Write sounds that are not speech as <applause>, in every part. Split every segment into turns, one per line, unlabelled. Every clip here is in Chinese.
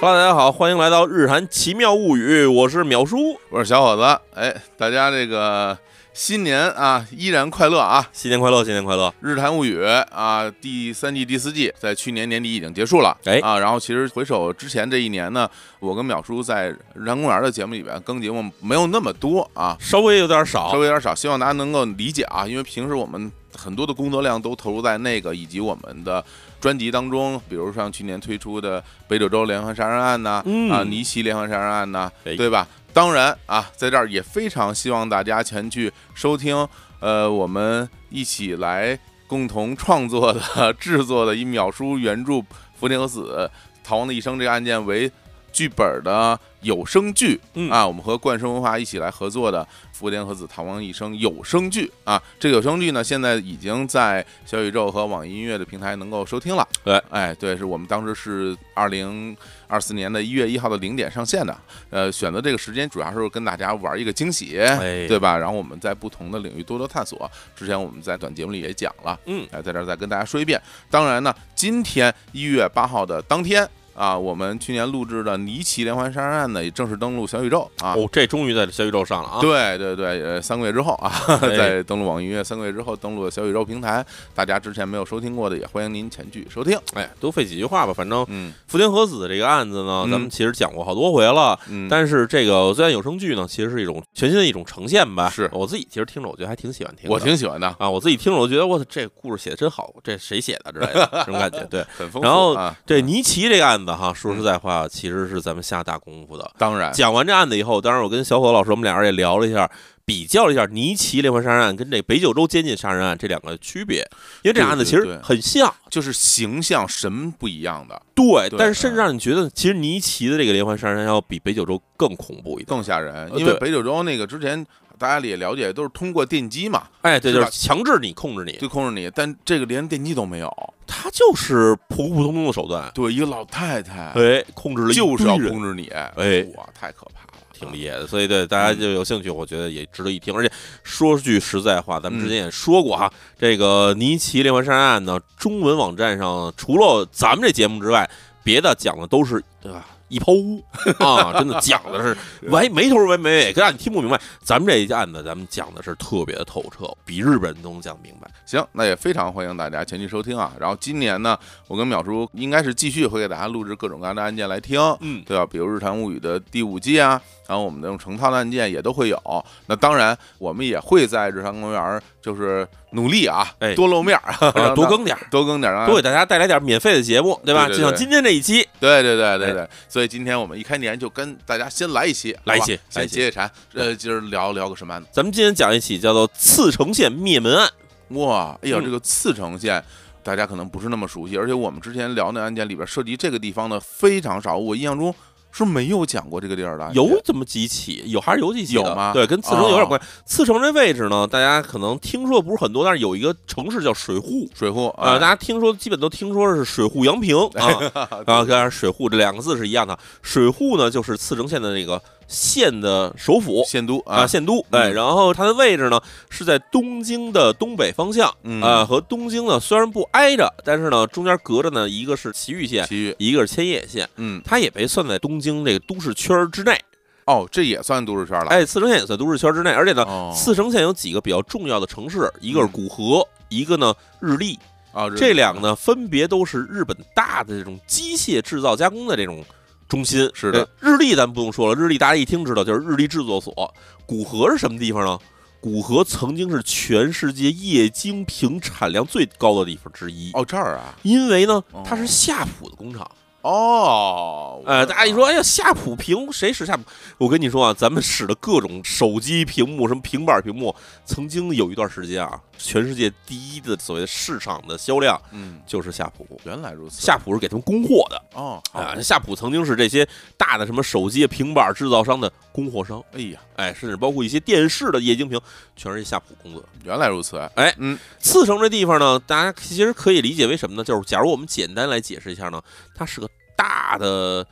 Hello，大家好，欢迎来到《日韩奇妙物语》，我是淼叔。
我是小伙子，哎，大家这个新年啊，依然快乐啊！
新年快乐，新年快乐！
《日谈物语》啊，第三季、第四季在去年年底已经结束了，
哎
啊，然后其实回首之前这一年呢，我跟淼叔在《日坛公园》的节目里边更节目没有那么多啊，
稍微有点少
稍，微有点少，希望大家能够理解啊，因为平时我们很多的工作量都投入在那个以及我们的专辑当中，比如像去年推出的《北九州连环杀人案》呐、
嗯
啊，尼奇连环杀人案呐、
哎
对吧？当然啊，在这儿也非常希望大家前去收听，呃，我们一起来共同创作的、 <laughs> 制作的以秒叔原著《福田和子逃亡的一生》这个案件为剧本的有声剧、
嗯
啊，我们和冠生文化一起来合作的《福田和子逃亡一生》有声剧啊，这个有声剧呢，现在已经在小宇宙和网易音乐的平台能够收听了。
对，
哎，对，是我们当时是二零二四年的一月一号的零点上线的。呃，选择这个时间主要是跟大家玩一个惊喜，
哎
对吧？然后我们在不同的领域多多探索。之前我们在短节目里也讲了，
嗯，
哎，在这儿再跟大家说一遍。当然呢，今天一月八号的当天啊，我们去年录制的《尼奇连环杀人案》呢，也正式登陆小宇宙啊。
哦，这终于在小宇宙上了啊！
对对对，呃，三个月之后啊，
哎
在登录网易音乐三个月之后登录小宇宙平台，大家之前没有收听过的，也欢迎您前去收听。
哎，多费几句话吧，反正
嗯
福田和子这个案子呢，
嗯
咱们其实讲过好多回了。
嗯，
但是这个虽然有声剧呢，其实是一种全新的一种呈现吧。
是
我自己其实听着，我觉得还挺喜欢听的。
我挺喜欢的，
啊，我自己听着，我觉得我操，这故事写的真好，这谁写的之类
<laughs>
的这种感觉。对，
很丰富。
然后
啊，
这尼奇这个案子哈，说实
嗯
在话，其实是咱们下大功夫的。
当然，
讲完这案子以后，当然我跟小伙老师我们俩人也聊了一下，比较了一下尼奇连环杀人案跟这北九州监禁杀人案这两个区别，因为这俩案子
对对
其实
对
很像，
就是形象神不一样的，
对
对
但是甚至让你觉得其实尼奇的这个连环杀人案要比北九州更恐怖一点。
更吓人。
呃
因为
对
北九州那个之前大家也了解，都是通过电击嘛，
哎，对，
是
就
吧
是强制你控制你，
就控制你，但这个连电击都没有。
他就是普普通通的手段，
对，一个老太太
哎，控制了一
就是
堆
要
人
控制你，
哎
哇，太可怕了，啊
挺厉害的，所以对大
嗯
家就有兴趣，我觉得也值得一听。而且说句实在话，咱们之前也说过哈，这个尼奇连环杀人案呢，中文网站上除了咱们这节目之外，别的讲的都是啊一泡污啊，真的讲的
<laughs>
是完没头没尾，让你听不明白。咱们这一案子，咱们讲的是特别的透彻，比日本人都能讲明白。
行，那也非常欢迎大家前去收听啊。然后今年呢，我跟淼叔应该是继续会给大家录制各种各样的案件来听，
嗯
对吧？比如《日常物语》的第五季啊，然后我们的成套的案件也都会有。那当然，我们也会在日常公园儿就是努力啊，
哎
多露面儿，让
啊，多
大
更点儿，
<laughs> 多更点儿啊，
多给大家带来点免费的节目，对吧？
对对
就像今天这一期，
对对对
哎
对对，所以今天我们一开年就跟大家先来一期，
来一
好吧
期来一
先
期
解解馋。呃，今儿聊聊个什么案子？
咱们今天讲一起叫做茨城县灭门案。
哇，哎呦，
嗯
这个茨城县。大家可能不是那么熟悉，而且我们之前聊那案件里边涉及这个地方的非常少，我印象中是没有讲过这个地儿的案件。
有这么几起，有还是有几起的
有吗哦
对，跟茨城有点关系。茨城这位置呢，大家可能听说不是很多，但是有一个城市叫水户。
水户
啊、
啊，
大家听说基本都听说是水户洋平
哎 <laughs>
啊啊，当然水户这两个字是一样的。水户呢，就是茨城县的那个县的首府
县都
啊，
啊，
县都。哎，
嗯
然后它的位置呢是在东京的东北方向
嗯
啊，和东京呢虽然不挨着，但是呢中间隔着呢一个是埼玉县，
其余
一个是千叶县，
嗯，
它也被算在东京这个都市圈儿之内。
哦，这也算都市圈了。
哎，呃茨城县也算都市圈之内，而且呢，
哦，嗯
茨城县有几个比较重要的城市，一个是古河，一个呢日立，
啊，
这两个呢分别都是日本大的这种机械制造加工的这种中心。
是的
呃，日立咱不用说了，日立大家一听知道就是日立制作所。古河是什么地方呢？古河曾经是全世界液晶屏产量最高的地方之一，
哦这儿啊，
因为呢
哦
它是夏普的工厂。
哦，
呃，大家一说，哎呀，夏普屏谁使夏普？我跟你说啊，咱们使的各种手机屏幕，什么平板屏幕，曾经有一段时间啊，全世界第一的所谓的市场的销量
嗯，
就是夏普。
原来如此，
夏普是给他们供货的
哦，好
啊，夏普曾经是这些大的什么手机、平板制造商的供货商，
哎呀，
哎，甚至包括一些电视的液晶屏，全是夏普工作。
原来如此，
哎
嗯，
茨城这地方呢，大家其实可以理解为什么呢？就是假如我们简单来解释一下呢，它是个大的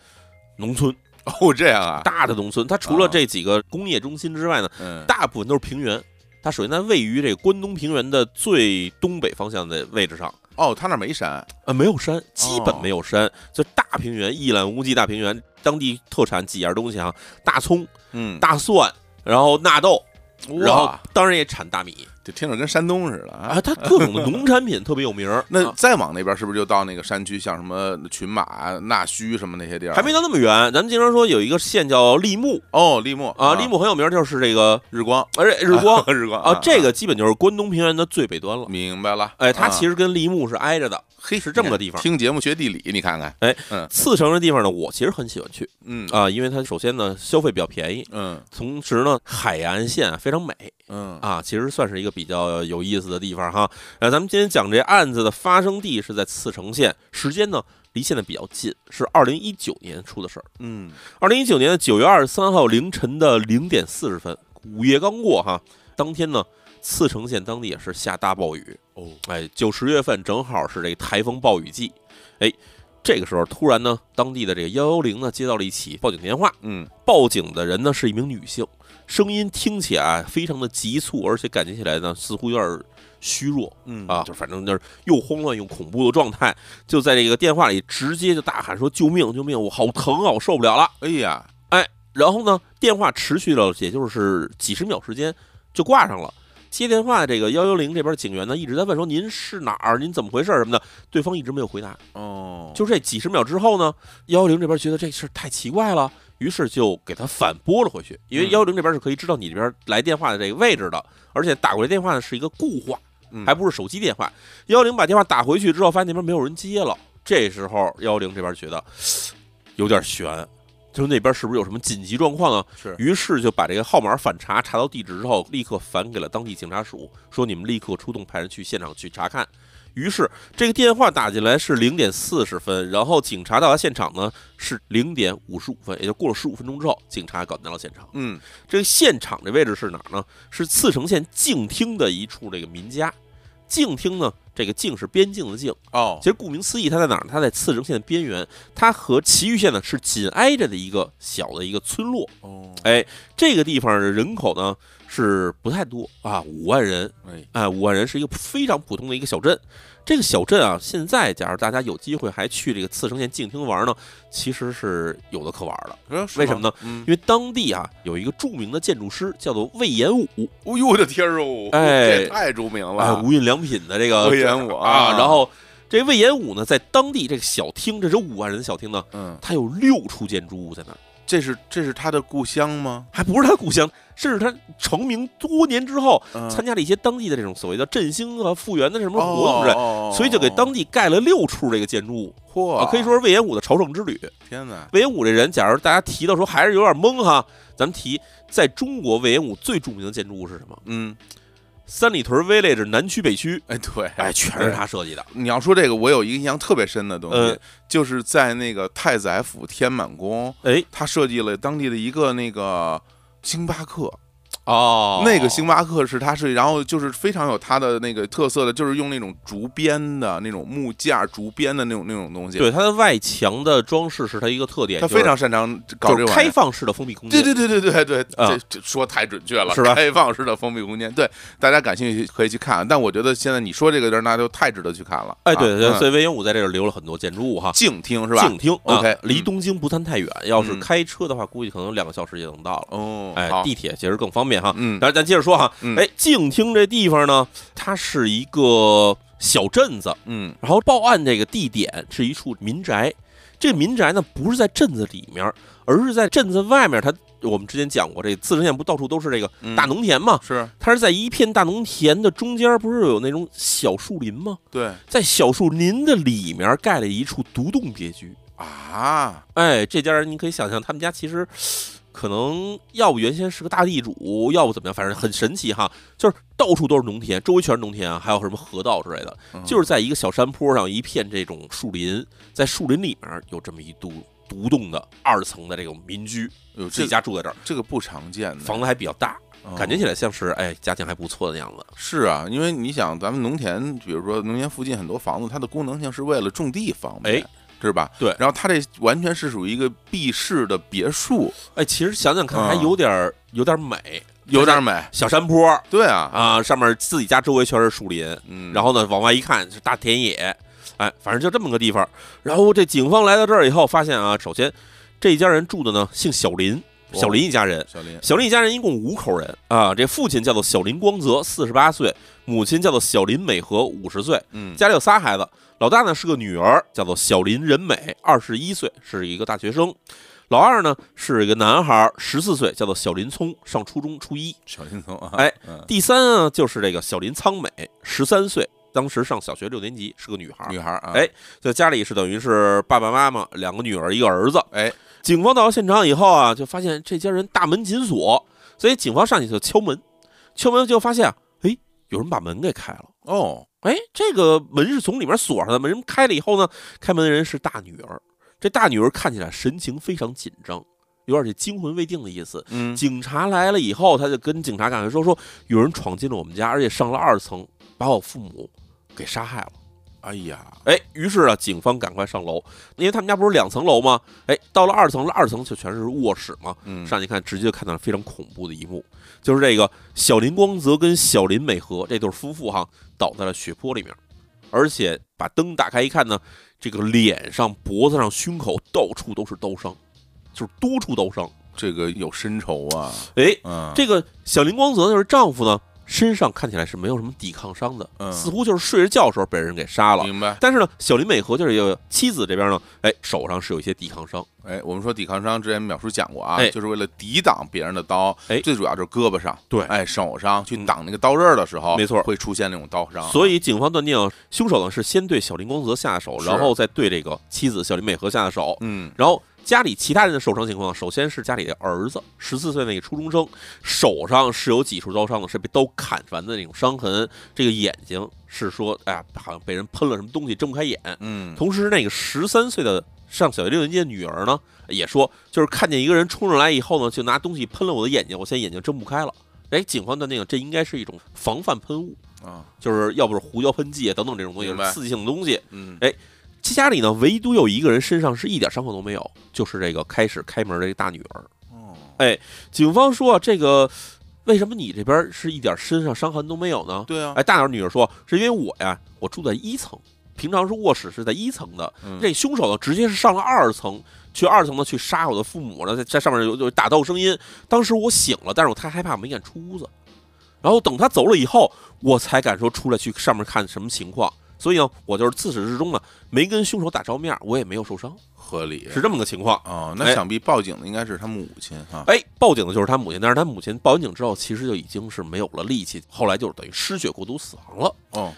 农村。
哦，这样啊，
大的农村，它除了这几个工业中心之外呢，
嗯，
大部分都是平原。它首先它位于这个关东平原的最东北方向的位置上，
哦，他那儿没山，
呃，没有山，基本没有山，就大平原，一览无际大平原。当地特产几样东西啊，大葱、
嗯，
大蒜，然后纳豆，然后
哇，
当然也产大米
这听着跟山东似的啊。
啊，它各种的农产品特别有名儿。
那
啊
再往那边是不是就到那个山区，像什么群马、纳须什么那些地儿？啊
还没到那么远，咱们经常说有一个县叫立木
哦，立木
啊，立木很有名，就是这个
日光
而 <laughs> 日光
<laughs> 日光
啊，这个基本就是关东平原的最北端了。
明白了。
哎，它
啊
其实跟立木是挨着的。
嘿
是这么个地方
听节目学地理，你看看，
茨城这地方呢，我其实很喜欢去
嗯
啊，因为它首先呢消费比较便宜，
嗯
同时呢海岸线啊非常美
嗯
啊，其实算是一个比较有意思的地方哈。然后咱们今天讲这案子的发生地是在茨城县，时间呢离现在比较近，是二零一九年出的事儿。
嗯
二零一九年的九月二十三号凌晨的零点四十分，午夜刚过哈，当天呢，茨城县当地也是下大暴雨
哦，
哎，九十月份正好是这个台风暴雨季，哎，这个时候突然呢，当地的这个幺幺零呢接到了一起报警电话，
嗯
报警的人呢是一名女性，声音听起来非常的急促，而且感觉起来呢似乎有点虚弱，
嗯
啊，就反正就是又慌乱又恐怖的状态，就在这个电话里直接就大喊说：“救命！救命！我好疼啊，我受不了了。”
哎呀，
然后呢，电话持续了也就是几十秒时间就挂上了。接电话这个幺幺零这边警员呢一直在问说您是哪儿，您怎么回事儿什么的，对方一直没有回答。
哦，
就这几十秒之后呢，幺幺零这边觉得这事儿太奇怪了，于是就给他反拨了回去，因为
嗯
幺幺零这边是可以知道你这边来电话的这个位置的，而且打过来电话呢是一个固话，
嗯
还不是手机电话。幺幺零把电话打回去之后，发现那边没有人接了，这时候幺幺零这边觉得有点悬。就是那边是不是有什么紧急状况啊？
是
于是就把这个号码反查，查到地址之后，立刻返给了当地警察署，说你们立刻出动派人去现场去查看。于是这个电话打进来是零点四十分，然后警察到达现场呢是零点五十五分，也就过了十五分钟之后，警察赶到了现场。
嗯
这个现场这位置是哪儿呢？是茨城县静听的一处这个民家。静听呢，这个静是边境的境，
哦
其实顾名思义，它在哪儿呢？它在茨城县的边缘，它和崎玉县呢是紧挨着的一个小的一个村落。
哦
哎，这个地方的人口呢是不太多啊，五万人。
哎
哎，五万人是一个非常普通的一个小镇。这个小镇啊，现在假如大家有机会还去这个茨城县静听玩呢，其实是有的可玩的，为什么呢？
嗯
因，为当地啊有一个著名的建筑师叫做魏延武，
哦呦我的天儿哦，
哎
这太著名
哎，
了，
无印良品的这个
魏延武
啊
啊，
然后这魏延武呢，在当地这个小厅，这是五万人的小厅呢，
嗯，
它有六处建筑物在那儿，
这是这是他的故乡吗？
还不是他故乡，甚至他成名多年之后，
嗯
参加了一些当地的这种所谓的振兴啊、复原的什么活动之类，
哦，
所以就给当地盖了六处这个建筑物啊
嚯，，
可以说是魏延武的朝圣之旅。
天哪，
魏延武这人，假如大家提到说还是有点懵哈，咱们提在中国魏延武最著名的建筑物是什么？
嗯，
三里屯 Village 南区北区，
哎对，
哎，全是他设计的。
你要说这个，我有一个印象特别深的东西，
嗯
就是在那个太宰府天满宫，
哎，
他设计了当地的一个那个星巴克，
哦
那个星巴克是他设计，然后就是非常有他的那个特色的，就是用那种竹编的那种木架、竹编的那种那种东西，
对，它的外墙的装饰是它一个特点，
他
就是
非常擅长搞
就是
这玩意
开
儿。
放式的封闭空间。
对对对对对对，
啊
这这说太准确了，
是吧
开放式的封闭空间，对大家感兴趣可以去看。啊但我觉得现在你说这个地儿，那就太值得去看了。
哎，对对，
啊
所
嗯
以魏延武在这儿留了很多建筑物哈。
静听是吧？
静听啊
OK，
离
嗯
东京不算太远，要是
嗯
开车的话，估计可能两个小时也能到了。
哦，
哎
好，
地铁其实更方便哈。
嗯
然后咱接着说哈，
嗯
哎，静听这地方呢，它是一个小镇子，
嗯
然后报案这个地点是一处民宅。这个民宅呢，不是在镇子里面，而是在镇子外面。它我们之前讲过，这自治县不到处都是这个
嗯
大农田嘛，
是
它是在一片大农田的中间，不是有那种小树林吗？
对
在小树林的里面盖了一处独栋别居。
啊，
哎，这家人你可以想象，他们家其实可能要不原先是个大地主，要不怎么样，反正很神奇哈。就是到处都是农田，周围全是农田啊，还有什么河道之类的。
嗯
就是在一个小山坡上，一片这种树林，在树林里面有这么一独独栋的二层的这种民居，
有
自
这
己家住在这儿，
这个不常见的
房子还比较大，
哦
感觉起来像是哎家境还不错的样子。
是啊，因为你想，咱们农田，比如说农田附近很多房子，它的功能性是为了种地方便，
哎
是吧？
对
然后它这完全是属于一个避世的别墅，
哎，其实想想看，还有点儿有点儿美。
啊有点美，
小山坡
对啊，
啊、上面自己家周围全是树林，
嗯，
然后呢，往外一看是大田野，哎，反正就这么个地方。然后这警方来到这儿以后，发现啊，首先这一家人住的呢姓小林，
哦
小林一家人，
小林，
小林一家人一共五口人啊。这父亲叫做小林光泽，四十八岁；母亲叫做小林美和，五十岁。
嗯，
家里有仨孩子，老大呢是个女儿，叫做小林仁美，二十一岁，是一个大学生。老二呢是一个男孩，十四岁，叫做小林聪，上初中初一。
小林聪啊，
哎
嗯，
第三啊，就是这个小林苍美，十三岁，当时上小学六年级，是个女孩儿
女。孩儿啊，
哎在家里是等于是爸爸妈妈两个女儿一个儿子。
哎，
警方到了现场以后啊，就发现这家人大门紧锁，所以警方上去就敲门，敲门就发现啊，哎，有人把门给开了。
哦，
哎，这个门是从里面锁上的，门开了以后呢，开门的人是大女儿。这大女儿看起来神情非常紧张，有点这惊魂未定的意思。
嗯，
警察来了以后，他就跟警察感觉说说有人闯进了我们家，而且上了二层，把我父母给杀害了。
哎呀，
哎，于是啊，警方赶快上楼，因为他们家不是两层楼吗？哎，到了二层了，二层就全是卧室嘛。
嗯，
上去看，直接就看到了非常恐怖的一幕，就是这个小林光泽跟小林美和这对夫妇哈，倒在了血泊里面，而且把灯打开一看呢，这个脸上、脖子上、胸口到处都是刀伤，就是多处刀伤。
这个有深仇啊，
哎，
嗯，
这个小林光泽就是丈夫呢，身上看起来是没有什么抵抗伤的，
嗯
似乎就是睡着觉的时候被人给杀了。
明白？
但是呢，小林美和就是有妻子这边呢，哎，手上是有一些抵抗伤，
哎，我们说抵抗伤之前淼叔讲过啊，
哎
就是为了抵挡别人的刀，
哎
最主要就是胳膊上，
对
哎，手上去
嗯
挡那个刀刃儿的时候，
没错
会出现那种刀伤，啊
所以警方断定凶手呢是先对小林光泽下的手，
是
然后再对这个妻子小林美和下的手，
嗯，
然后。家里其他人的受伤情况，首先是家里的儿子，十四岁那个初中生，手上是有几处刀伤的，是被刀砍完的那种伤痕。这个眼睛是说，哎呀，好像被人喷了什么东西，睁不开眼。
嗯，
同时，那个十三岁的上小学六年级的女儿呢，也说，就是看见一个人冲上来以后呢，就拿东西喷了我的眼睛，我现在眼睛睁不开了。哎，警方断定这应该是一种防范喷雾，
啊，
就是要不是胡椒喷剂啊等等这种东西，
明白
刺激性的东西。
嗯，
家里呢，唯独有一个人身上是一点伤口都没有，就是这个开始开门的这个大女儿。
哦，
警方说啊，这个为什么你这边是一点身上伤痕都没有呢？
对啊，
哎，大女儿说是因为我呀，我住在一层，平常是卧室是在一层的，
嗯
这凶手呢，直接是上了二层，去二层呢去杀我的父母，然后在在上面有有打斗声音。当时我醒了，但是我太害怕，没敢出屋子。然后等他走了以后，我才敢说出来去上面看什么情况。所以呢，我就是自始至终呢没跟凶手打照面，我也没有受伤，
合理
是这么个情况。
哦，那
哎
想必报警的应该是他母亲哈，
哎，报警的就是他母亲，但是他母亲报完警之后，其实就已经是没有了力气，后来就是等于失血过多死亡了。
哦，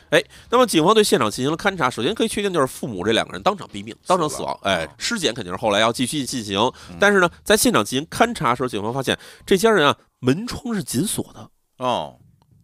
那么警方对现场进行了勘查，首先可以确定就是父母这两个人当场毙命，当场死亡。
死了嗯
哎
啊，
尸检肯定是后来要继续进行，但是呢，在现场进行勘查的时候，警方发现这家人啊门窗是紧锁的，
哦，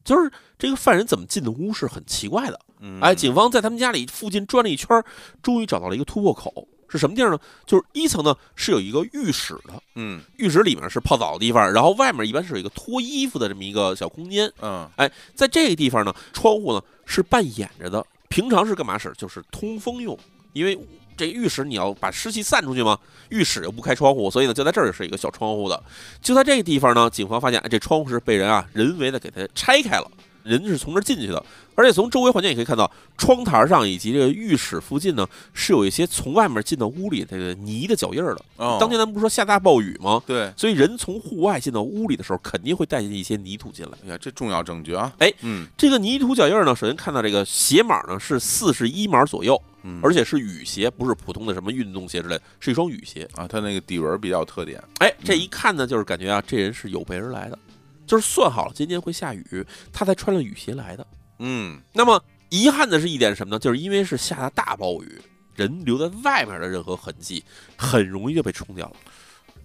就是这个犯人怎么进的屋是很奇怪的。
嗯，
哎，警方在他们家里附近转了一圈儿，终于找到了一个突破口，是什么地儿呢？就是一层呢是有一个浴室的。
嗯
浴室里面是泡澡的地方，然后外面一般是有一个脱衣服的这么一个小空间，
嗯，
在这个地方呢，窗户呢是半掩着的，平常是干嘛使？就是通风用，因为这浴室你要把湿气散出去嘛，浴室又不开窗户，所以呢就在这儿是一个小窗户的。就在这个地方呢，警方发现哎这窗户是被人啊人为的给它拆开了。人是从这儿进去的，而且从周围环境也可以看到，窗台上以及这个浴室附近呢，是有一些从外面进到屋里这个泥的脚印儿的。
哦，
当年咱们不是说下大暴雨吗？
对，哎
所以人从户外进到屋里的时候，肯定会带进一些泥土进来。
哎呀，这重要证据啊，
哎
嗯
这个泥土脚印呢，首先看到这个鞋码呢是四十一码左右，
嗯，
而且是雨鞋，不是普通的什么运动鞋之类的，是一双雨鞋。
啊，他那个底纹比较有特点，
哎，这一看呢，就是感觉啊，这人是有备而来的，就是算好了今天会下雨，他才穿了雨鞋来的。
嗯，
那么遗憾的是一点什么呢？就是因为是下了大暴雨，人留在外面的任何痕迹，很容易就被冲掉了。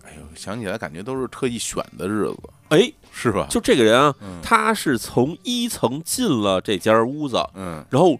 哎呦，想起来感觉都是特意选的日子，
哎，
是吧？
就这个人啊，
嗯
他是从一层进了这间屋子，
嗯，
然后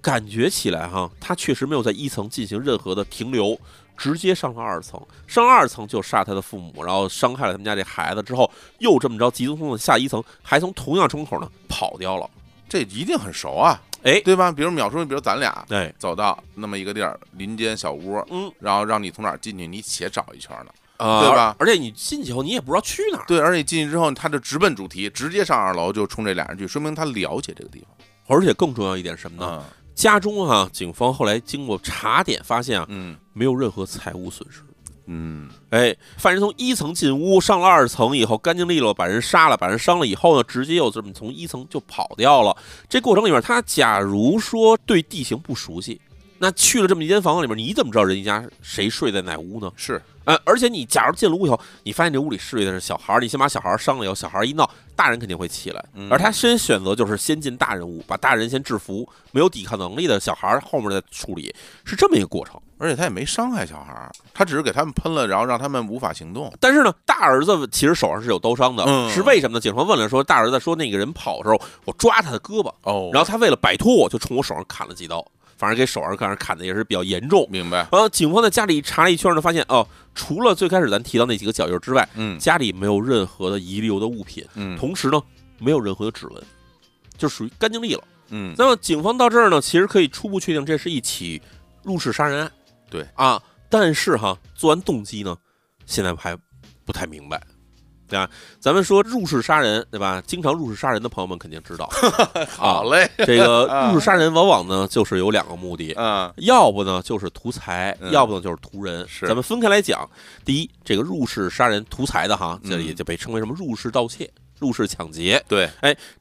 感觉起来哈，他确实没有在一层进行任何的停留，直接上了二层，上了二层就杀他的父母，然后伤害了他们家这孩子之后，又这么着急匆匆的下一层，还从同样窗口呢跑掉了。
这一定很熟啊，
哎
对吧？比如秒叔，比如咱俩
哎，
走到那么一个地儿，林间小屋，
嗯
然后让你从哪儿进去，你且找一圈呢。
啊，
对吧啊
而且你进去后你也不知道去哪儿，
对，而且进去之后，他就直奔主题，直接上二楼就冲这俩人去，说明他了解这个地方。
而且更重要一点是什么呢？
嗯
家中啊，警方后来经过查点发现啊，
嗯
没有任何财务损失。
嗯，
哎，犯人从一层进屋，上了二层以后，干净利落，把人杀了，把人伤了以后呢，直接又这么从一层就跑掉了。这过程里面，他假如说对地形不熟悉，那去了这么一间房子里面，你怎么知道人家谁睡在哪屋呢？
是
呃，而且你假如进了屋以后，你发现这屋里睡的是小孩儿，你先把小孩儿伤了以后，小孩儿一闹，大人肯定会起来。
嗯
而他先选择就是先进大人屋，把大人先制服，没有抵抗能力的小孩儿后面再处理，是这么一个过程。
而且他也没伤害小孩儿，他只是给他们喷了，然后让他们无法行动。
但是呢，大儿子其实手上是有刀伤的，
嗯
是为什么呢？警方问了说，大儿子说那个人跑的时候，我抓他的胳膊，
哦
然后他为了摆脱我，就冲我手上砍了几刀，反正给手上砍人砍的也是比较严重。
明白，
然后警方在家里查了一圈呢，发现哦，除了最开始咱提到那几个脚印之外，
嗯
家里没有任何的遗留的物品，
嗯
同时呢，没有任何的指纹，就属于干净利落。
嗯，
那么警方到这儿呢，其实可以初步确定这是一起入室杀人案。
对
啊，但是哈，作案动机呢，现在还不太明白。对吧？咱们说入室杀人，对吧？经常入室杀人的朋友们肯定
<laughs>
知道，啊
好嘞，
这个
啊
入室杀人往往呢就是有两个目的，
<laughs> 嗯
要不呢就是图财，
嗯
要不呢就是图人。
是
咱们分开来讲。第一，这个入室杀人图财的哈，这
嗯
也就被称为什么入室盗窃、入室抢劫。
对，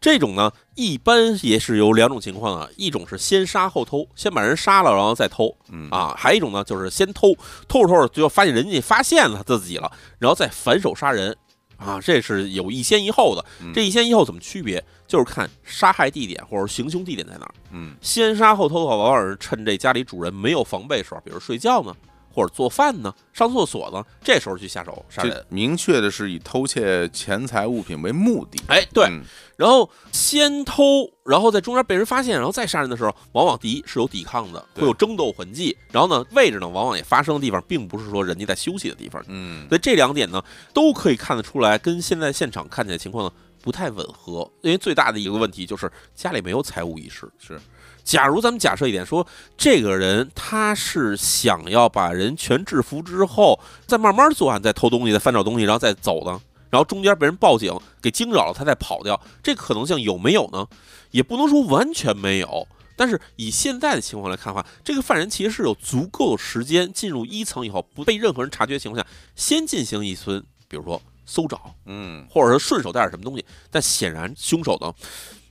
这种呢，一般也是有两种情况啊，一种是先杀后偷，先把人杀了然后再偷
嗯，
啊，还有一种呢就是先偷，偷着偷着就发现人家发现了自己了，然后再反手杀人啊，这是有一先一后的
嗯。
这一先一后怎么区别？就是看杀害地点或者行凶地点在哪儿。
嗯
先杀后偷的话，往往是趁这家里主人没有防备的时候，比如睡觉呢，或者做饭呢，上厕所呢，这时候去下手杀人。
这明确的是以偷窃钱财物品为目的。
哎，对，
嗯
然后先偷，然后在中间被人发现，然后再杀人的时候，往往第一是有抵抗的，
对
会有争斗痕迹。然后呢，位置呢，往往也发生的地方，并不是说人家在休息的地方。
嗯，
所以这两点呢，都可以看得出来，跟现在现场看起来情况呢不太吻合。因为最大的一个问题就是家里没有财务意识。
是，
假如咱们假设一点说，这个人他是想要把人全制服之后，再慢慢作案，再偷东西，再翻找东西，然后再走呢？然后中间被人报警给惊扰了，他再跑掉，这可能性有没有呢？也不能说完全没有，但是以现在的情况来看的话，这个犯人其实是有足够时间进入一层以后，不被任何人察觉的情况下，先进行一次，比如说搜找，
嗯
或者说顺手带点什么东西，但显然凶手呢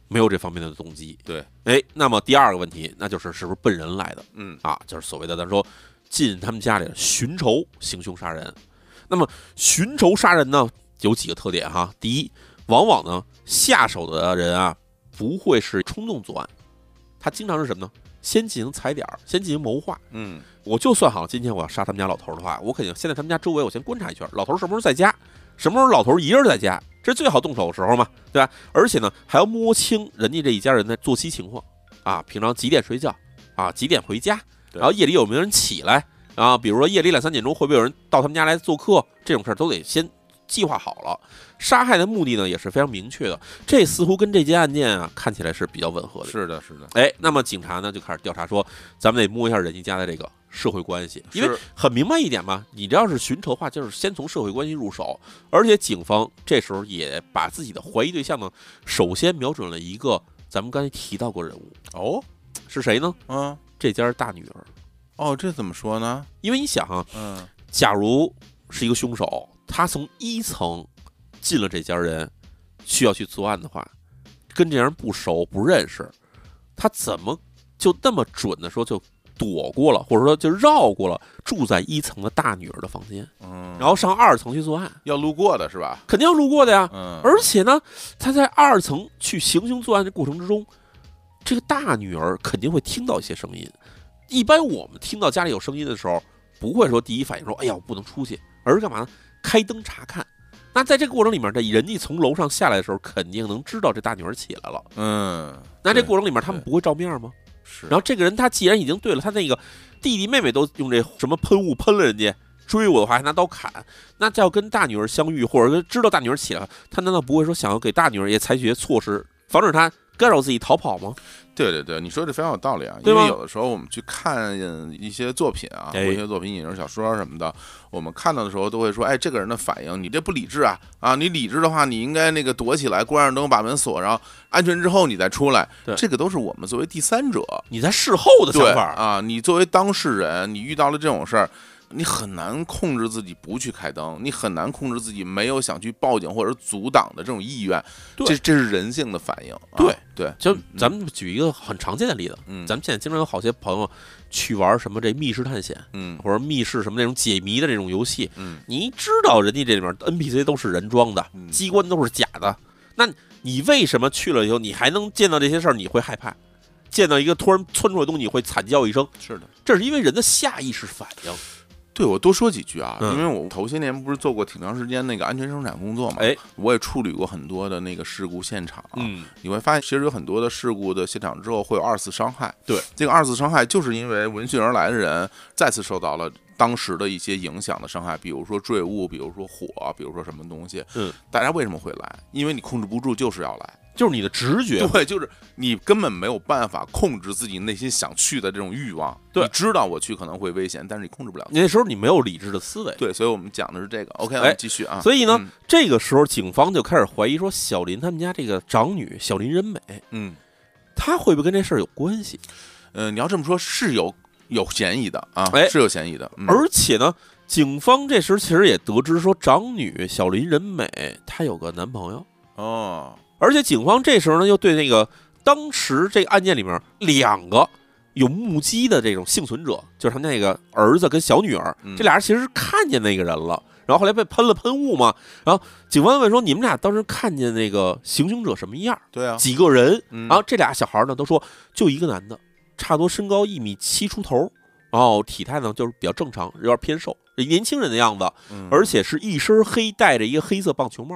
没有这方面的动机。
对，
哎，那么第二个问题，那就是是不是奔人来的
嗯
啊？就是所谓的咱说进他们家里寻仇、行凶、杀人。那么寻仇杀人呢，有几个特点哈。第一，往往呢下手的人啊不会是冲动作案，他经常是什么呢？先进行踩点儿，先进行谋划。
嗯
我就算好今天我要杀他们家老头儿的话，我肯定先在他们家周围我先观察一圈，老头儿什么时候在家，什么时候老头儿一人在家，这是最好动手的时候嘛，对吧？而且呢，还要摸清人家这一家人的作息情况啊，平常几点睡觉啊，几点回家，啊
对
然后夜里有没有人起来啊？比如说夜里两三点钟会不会有人到他们家来做客，这种事儿都得先计划好了。杀害的目的呢也是非常明确的，这似乎跟这件案件啊看起来是比较吻合的。
是的，是的，
哎，那么警察呢就开始调查说，咱们得摸一下人家家的这个社会关系，因为
是
很明白一点嘛，你这要是寻仇的话，就是先从社会关系入手，而且警方这时候也把自己的怀疑对象呢，首先瞄准了一个咱们刚才提到过人物
哦，
是谁呢？
嗯
这家大女儿，
哦，这怎么说呢？
因为你想啊，
嗯
假如是一个凶手，他从一层进了这家人，需要去作案的话，跟这人不熟不认识，他怎么就那么准的说就躲过了，或者说就绕过了住在一层的大女儿的房间，
嗯，
然后上二层去作案，
要路过的是吧？
肯定要路过的呀。
嗯，
而且呢，他在二层去行凶作案的过程之中，这个大女儿肯定会听到一些声音。一般我们听到家里有声音的时候，不会说第一反应说“哎呀，我不能出去”，而是干嘛呢？开灯查看。那在这个过程里面，这人家从楼上下来的时候，肯定能知道这大女儿起来了。
嗯，
那这
对
过程里面，他们
对
不会照面吗？
是，
然后这个人他既然已经对了，他那个弟弟妹妹都用这什么喷雾喷了人家，追我的话还拿刀砍，那这要跟大女儿相遇，或者跟知道大女儿起来了，他难道不会说想要给大女儿也采取一些措施，防止她干扰自己逃跑吗？
对对对，你说这非常有道理啊，
对
因为
吗
有的时候我们去看一些作品啊，
哎
文学作品、影视小说什么的，我们看到的时候都会说，哎，这个人的反应，你这不理智啊啊！你理智的话，你应该那个躲起来，关上灯，把门锁上，安全之后你再出来
对。
这个都是我们作为第三者
你在事后的想
对
法，
啊，你作为当事人，你遇到了这种事儿。你很难控制自己不去开灯，你很难控制自己没有想去报警或者阻挡的这种意愿，
对
这这是人性的反应。啊
对
对，
就
嗯嗯
咱们举一个很常见的例子，
嗯
咱们现在经常有好些朋友去玩什么这密室探险
嗯
或者密室什么那种解谜的这种游戏，
嗯，
你知道人家这里面 NPC 都是人装的，
嗯
机关都是假的，那你为什么去了以后你还能见到这些事儿，你会害怕？见到一个突然窜出来的东西，你会惨叫一声，
是的。
这是因为人的下意识反应。
对，我多说几句啊，
嗯
因为我头些年不是做过挺长时间那个安全生产工作嘛，
哎，
我也处理过很多的那个事故现场。啊
嗯，
你会发现，其实有很多的事故的现场之后会有二次伤害。
对，
这个二次伤害就是因为闻讯而来的人再次受到了当时的一些影响的伤害，比如说坠物，比如说火，比如说什么东西。
嗯，
大家为什么会来？因为你控制不住，就是要来。
就是你的直觉，
<laughs> 对，就是你根本没有办法控制自己内心想去的这种欲望。
对
你知道我去可能会危险，但是你控制不了。
你那时候你没有理智的思维。
对，所以我们讲的是这个。OK，
哎
我们继续啊。
所以呢，
嗯
这个时候警方就开始怀疑说，小林他们家这个长女小林人美，
嗯
她会不会跟这事儿有关系？
呃，你要这么说，是有有嫌疑的啊，
哎
是有嫌疑的。嗯
而且呢，警方这时其实也得知说，长女小林人美她有个男朋友，
哦，
而且警方这时候呢又对那个当时这个案件里面两个有目击的这种幸存者，就是他那个儿子跟小女儿，
嗯
这俩人其实是看见那个人了。然后后来被喷了喷雾嘛，然后警方问说：“你们俩当时看见那个行凶者什么样？
对啊，
几个人？”
嗯
然后这俩小孩呢都说就一个男的，差不多身高一米七出头，然后体态呢就是比较正常，有点偏瘦，年轻人的样子，
嗯
而且是一身黑，戴着一个黑色棒球帽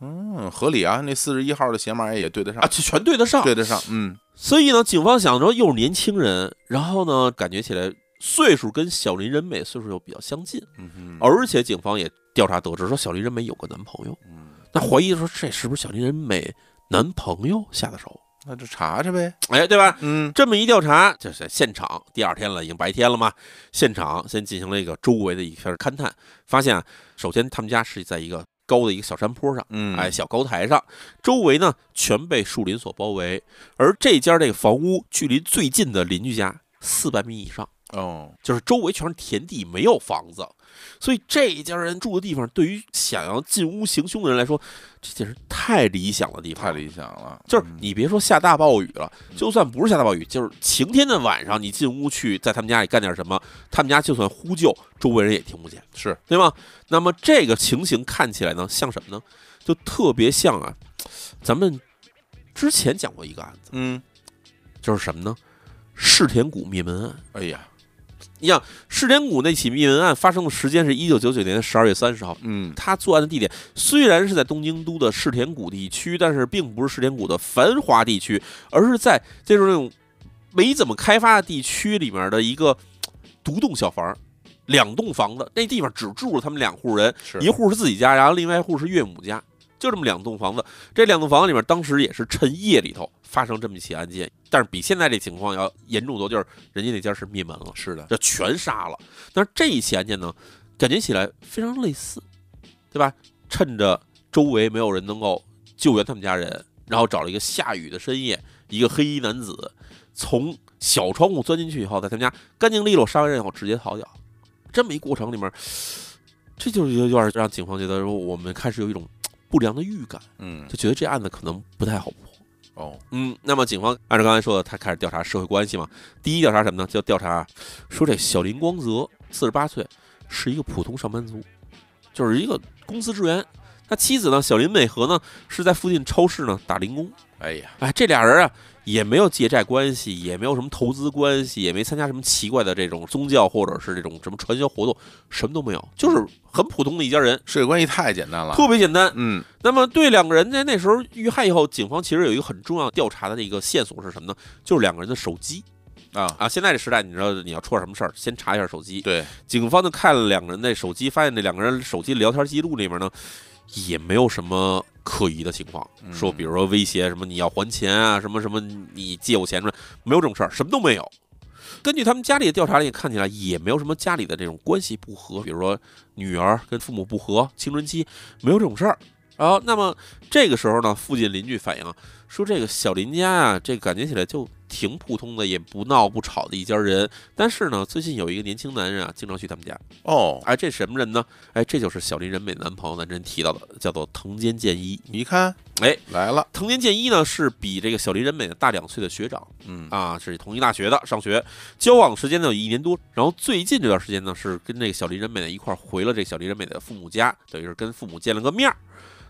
嗯合理啊，那四十一号的鞋码也对得上
啊，，这全对得上。
对得上。嗯
所以呢，警方想说又是年轻人，然后呢感觉起来岁数跟小林人美岁数又比较相近，
嗯哼
而且警方也调查得知说小林人美有个男朋友，
嗯，
那怀疑说这是不是小林人美男朋友下的手？
那就查查呗。
哎，对吧？
嗯
这么一调查，就是现场第二天了，已经白天了嘛，现场先进行了一个周围的一片勘探，发现啊，首先他们家是在一个高的一个小山坡上，
嗯，
哎，小高台上，周围呢全被树林所包围，而这家这个房屋距离最近的邻居家四百米以上，
哦，
就是周围全是田地，没有房子，所以这一家人住的地方，对于想要进屋行凶的人来说，这简直太理想的地方
太
了，
理想了，
就是
嗯
你别说下大暴雨了，就算不是下大暴雨，就是晴天的晚上，你进屋去，在他们家里干点什么，他们家就算呼救，周围人也听不见，
是
对吗？那么这个情形看起来呢，像什么呢？就特别像啊，咱们之前讲过一个案子，
嗯，
就是什么呢？世田谷灭门案。
哎呀，
一样，世田谷那起灭门案发生的时间是一九九九年的十二月三十号，
嗯
他作案的地点虽然是在东京都的世田谷地区，但是并不是世田谷的繁华地区，而是在这种那种没怎么开发的地区里面的一个嘖独栋小房儿，两栋房子，那地方只住了他们两户人，
是
一户是自己家，然后另外一户是岳母家，就这么两栋房子。这两栋房子里面，当时也是趁夜里头发生这么一起案件，但是比现在这情况要严重多，就是人家那家是灭门了。
是的，
这全杀了。但是这一起案件呢，感觉起来非常类似，对吧？趁着周围没有人能够救援他们家人，然后找了一个下雨的深夜，一个黑衣男子从小窗户钻进去以后，在他们家干净利落杀完人以后直接逃掉。这么一过程里面，这就是有点让警方觉得说，我们开始有一种不良的预感，
嗯
就觉得这案子可能不太好破。
哦，
嗯，那么警方按照刚才说的，他开始调查社会关系嘛。第一调查什么呢？就调查说这小林光泽四十八岁，是一个普通上班族，就是一个公司职员。他妻子呢，小林美和呢，是在附近超市呢打零工。
哎呀，
哎，这俩人啊，也没有借债关系，也没有什么投资关系，也没参加什么奇怪的这种宗教或者是这种什么传销活动，什么都没有，就是很普通的一家人，
社会关系太简单了，
特别简单。
嗯
那么对两个人在那时候遇害以后，警方其实有一个很重要调查的一个线索是什么呢？就是两个人的手机
啊，
啊。现在这时代，你知道你要出点什么事儿，先查一下手机。
对，
警方就看了两个人的手机，发现这两个人手机聊天记录里面呢，也没有什么可疑的情况，
嗯
说比如说威胁什么你要还钱啊，什么什么你借我钱什么，没有这种事儿，什么都没有。根据他们家里的调查里看起来，也没有什么家里的这种关系不和，比如说女儿跟父母不和，青春期没有这种事儿。然后，那么这个时候呢，附近邻居反映啊说，这个小林家啊，这感觉起来就挺普通的，也不闹不吵的一家人。但是呢，最近有一个年轻男人啊，经常去他们家。
哦，
哎，这什么人呢？哎，这就是小林人美男朋友咱之前提到的，叫做藤间健一。
你看，
哎，
来了，
藤间健一呢，是比这个小林人美大两岁的学长。
嗯
啊，是同一大学的，上学交往时间呢有一年多，然后最近这段时间呢是跟这个小林人美呢一块儿回了这个小林人美的父母家，等于是跟父母见了个面儿。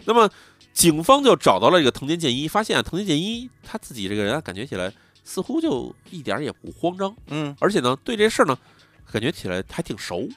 那么警方就找到了这个藤间健一，发现啊藤间健一他自己这个人啊，感觉起来似乎就一点儿也不慌张，
嗯，
而且呢对这事儿呢感觉起来还挺熟。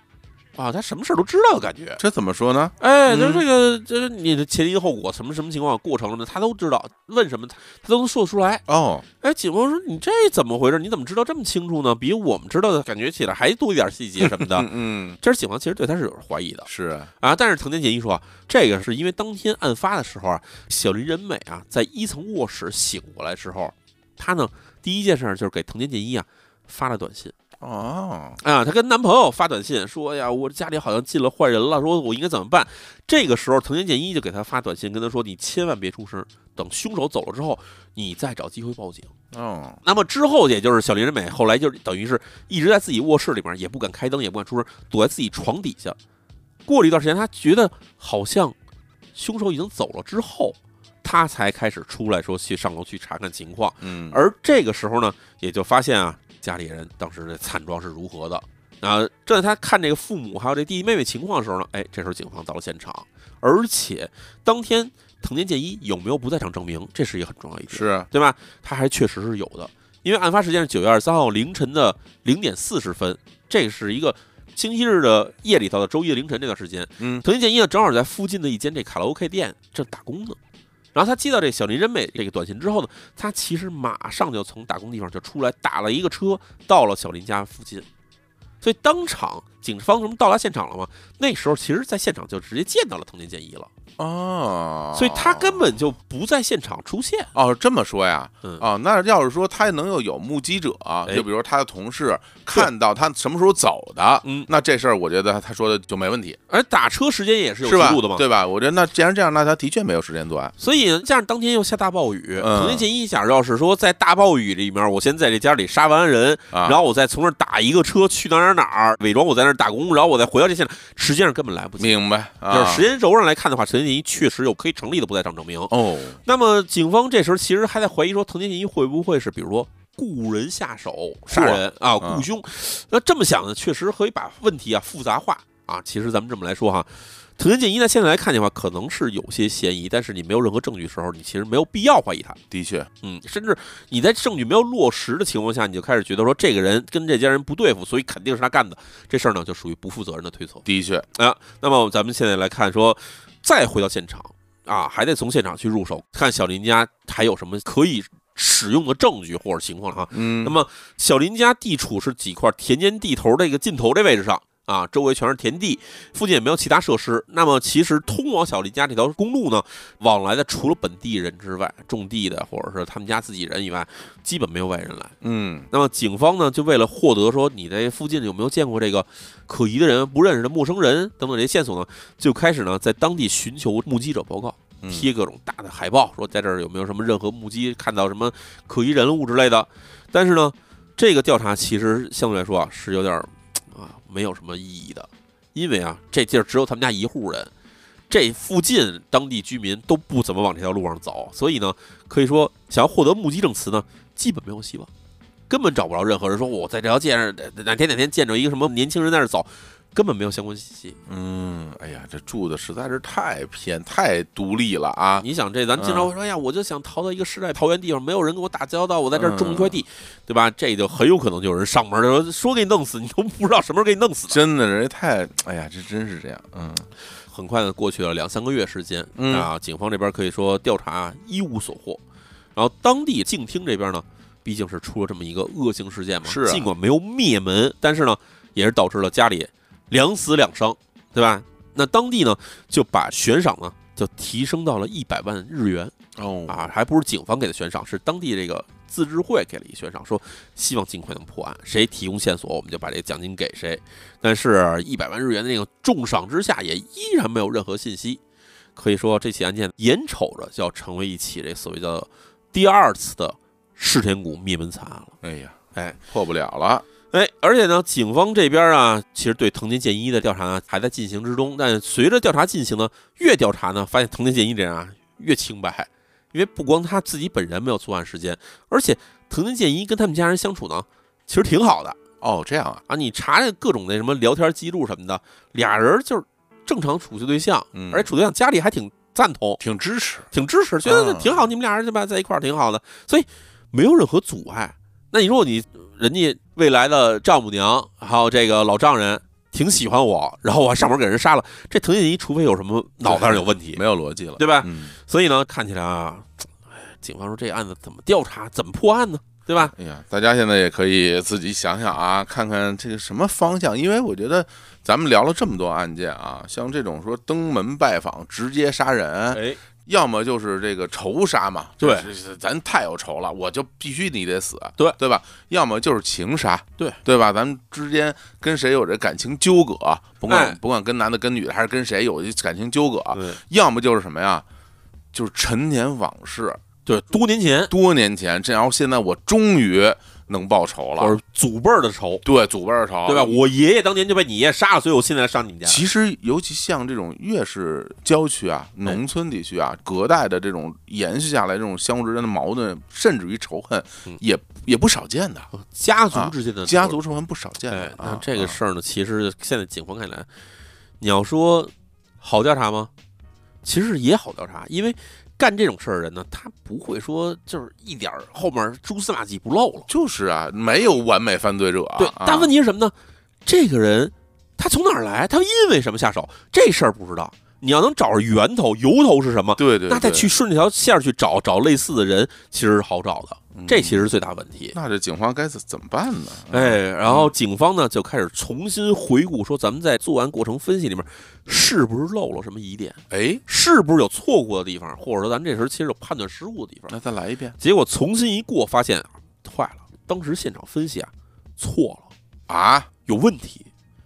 啊，他什么事儿都知道，感觉，
这怎么说呢？
哎，
嗯
就是这个，就是你的前因后果，什么什么情况、过程什么的，他都知道，问什么他他都能说得出来。
哦，
哎，警方说你这怎么回事？你怎么知道这么清楚呢？比我们知道的感觉起来还多一点细节什么的。
嗯嗯，
这是警方其实对他是有怀疑的
是，
啊，但是藤田结衣说啊，这个是因为当天案发的时候啊，小林人美啊在一层卧室醒过来之后，她呢第一件事儿就是给藤田结衣啊发了短信
哦，
啊，她跟男朋友发短信说哎呀，我家里好像进了坏人了，说我应该怎么办？这个时候藤田结衣就给她发短信跟她说，你千万别出声，等凶手走了之后，你再找机会报警。
哦，
那么之后，也就是小林人美后来就是等于是一直在自己卧室里面，也不敢开灯，也不敢出声，躲在自己床底下。过了一段时间，她觉得好像凶手已经走了之后，她才开始出来说去上楼去查看情况。
嗯，
而这个时候呢，也就发现啊，家里人当时的惨状是如何的。啊，正在她看这个父母还有这弟弟妹妹情况的时候呢，哎，这时候警方到了现场，而且当天藤田健一有没有不在场证明，这是一个很重要一点。
是，啊
对吧？他还确实是有的，因为案发时间是九月二十三号凌晨的零点四十分，这是一个星期日的夜里到的周一的凌晨这段时间，
嗯
藤井健一呢正好在附近的一间这卡拉 OK 店正打工呢。然后他接到这小林真美这个短信之后呢，他其实马上就从打工地方就出来，打了一个车到了小林家附近。所以当场警方什么到达现场了嘛？那时候其实，在现场就直接见到了藤田健一了，
哦，
所以他根本就不在现场出现。
哦，这么说呀，
嗯
哦，那要是说他能有有目击者啊，
哎
就比如说他的同事看到他什么时候走的，
嗯
那这事儿我觉得他说的就没问题，
而打车时间也是有
是
记
吧
录的嘛？？
对吧？我觉得那既然这样，那他的确没有时间作案，
所以呢加上当天又下大暴雨，
嗯
藤田建一假如要是说在大暴雨里面，我先在这家里杀完人，
啊
然后我再从这儿打一个车去哪儿哪儿哪儿，伪装我在那儿打工，然后我再回到这现场，实际上根本来不及。
明白？
就是
啊，
时间轴上来看的话，藤田建一确实有可以成立的不在场证明。
哦，
那么警方这时候其实还在怀疑说，藤田建一会不会是比如说雇人下手杀人啊，
嗯
雇凶？那这么想呢，确实可以把问题啊复杂化啊。其实咱们这么来说哈，藤田建一呢现在来看的话，可能是有些嫌疑，但是你没有任何证据的时候，你其实没有必要怀疑他。
的确，
嗯，甚至你在证据没有落实的情况下，你就开始觉得说这个人跟这家人不对付，所以肯定是他干的。这事儿呢，就属于不负责任的推测。
的确，
那么咱们现在来看说，再回到现场啊，还得从现场去入手，看小林家还有什么可以使用的证据或者情况啊。
嗯，
那么小林家地处是几块田间地头这个尽头这位置上。啊，周围全是田地，附近也没有其他设施。那么，其实通往小林家这条公路呢，往来的除了本地人之外，种地的或者是他们家自己人以外，基本没有外人来。
嗯，
那么警方呢，就为了获得说你这附近有没有见过这个可疑的人、不认识的陌生人等等这些线索呢，就开始呢在当地寻求目击者报告，
嗯
贴各种大的海报，说在这儿有没有什么任何目击看到什么可疑人物之类的。但是呢，这个调查其实相对来说啊是有点儿啊没有什么意义的，因为啊这地儿只有他们家一户人。这附近当地居民都不怎么往这条路上走，所以呢，可以说想要获得目击证词呢，基本没有希望。根本找不着任何人说我在这条街上哪哪天哪天见着一个什么年轻人在那儿走，根本没有相关信息。
嗯，哎呀，这住的实在是太偏太独立了啊！
你想这，咱们经常会说，哎呀，我就想逃到一个世外桃源地方，没有人跟我打交道，我在这儿
嗯
种一块地，对吧？这就很有可能就有人上门说说给你弄死，你都不知道什么时候给你弄死的。
真的，人家太，哎呀，这真是这样，嗯
很快的过去了两三个月时间，
嗯
啊，警方这边可以说调查一无所获，然后当地静听这边呢，毕竟是出了这么一个恶性事件嘛，
是啊
尽管没有灭门，但是呢，也是导致了家里两死两伤，对吧？那当地呢就把悬赏呢就提升到了一百万日元
哦
啊，还不是警方给的悬赏，是当地这个自治会给了一悬赏，说希望尽快能破案，谁提供线索我们就把这奖金给谁。但是，一百万日元的那个重赏之下，也依然没有任何信息。可以说，这起案件眼瞅着就要成为一起这所谓的第二次的世田谷灭门惨案了。
哎呀，
哎
破不了了，
哎，而且呢，警方这边啊，其实对藤间健一的调查呢还在进行之中。但随着调查进行呢，越调查呢，发现藤间健一这人啊越清白，因为不光他自己本人没有作案时间，而且藤间健一跟他们家人相处呢，其实挺好的
哦，这样啊，
啊。你查这各种那什么聊天记录什么的，俩人就是正常处对对象，
嗯
而且处对象家里还挺赞同，
挺支持，
挺支持，觉得
啊
挺好，你们俩人对吧，在一块儿挺好的，所以没有任何阻碍。那你说你人家未来的丈母娘还有这个老丈人挺喜欢我，然后我还上门给人杀了，这藤井一除非有什么 <laughs> 脑袋上有问题，
没有逻辑了，
对吧？
嗯，
所以呢，看起来啊，哎警方说这案子怎么调查，怎么破案呢？对吧？
哎呀，大家现在也可以自己想想啊，看看这个什么方向，因为我觉得咱们聊了这么多案件啊，像这种说登门拜访、直接杀人，
哎，
要么就是这个仇杀嘛，
对
这是，是咱太有仇了，我就必须你得死，
对
对吧？要么就是情杀，
对
对吧？咱们之间跟谁有这感情纠葛，甭管、
哎
甭管跟男的跟女的还是跟谁有这感情纠葛，
对
要么就是什么呀？就是陈年往事，
对，多年前
多年前，这然后现在我终于能报仇了，
我是祖辈儿的仇，
对，祖辈儿仇，
对吧？？我爷爷当年就被你爷杀了，所以我现在上你们家。
其实，尤其像这种越是郊区啊、农村地区啊，隔代的这种延续下来这种相互之间的矛盾，甚至于仇恨
嗯，
也也不少见的。
家族之间的
啊家
族。
族仇恨不少见的
哎，那
啊。
这个
啊
事儿呢，其实现在警方看来，你要说好调查吗？其实也好调查，因为干这种事儿的人呢，他不会说就是一点儿后面蛛丝马迹不漏了。
就是啊，没有完美犯罪者啊。
对，但问
题
题是什么呢？这个人他从哪儿来？他因为什么下手？这事儿不知道。你要能找着源头、由头是什么，
对对，
那再
对
去，顺这条线儿去找找类似的人，其实是好找的。
嗯
这其实是最大问题。
那这警方该怎怎么办呢？
哎，然后警方呢就开始重新回顾，说咱们在作案过程分析里面是不是漏了什么疑点，
哎，
是不是有错过的地方，或者说咱们这时候其实有判断失误的地方。
那再来一遍
结果重新一过，发现啊坏了，当时现场分析啊错了，
啊？
有问题。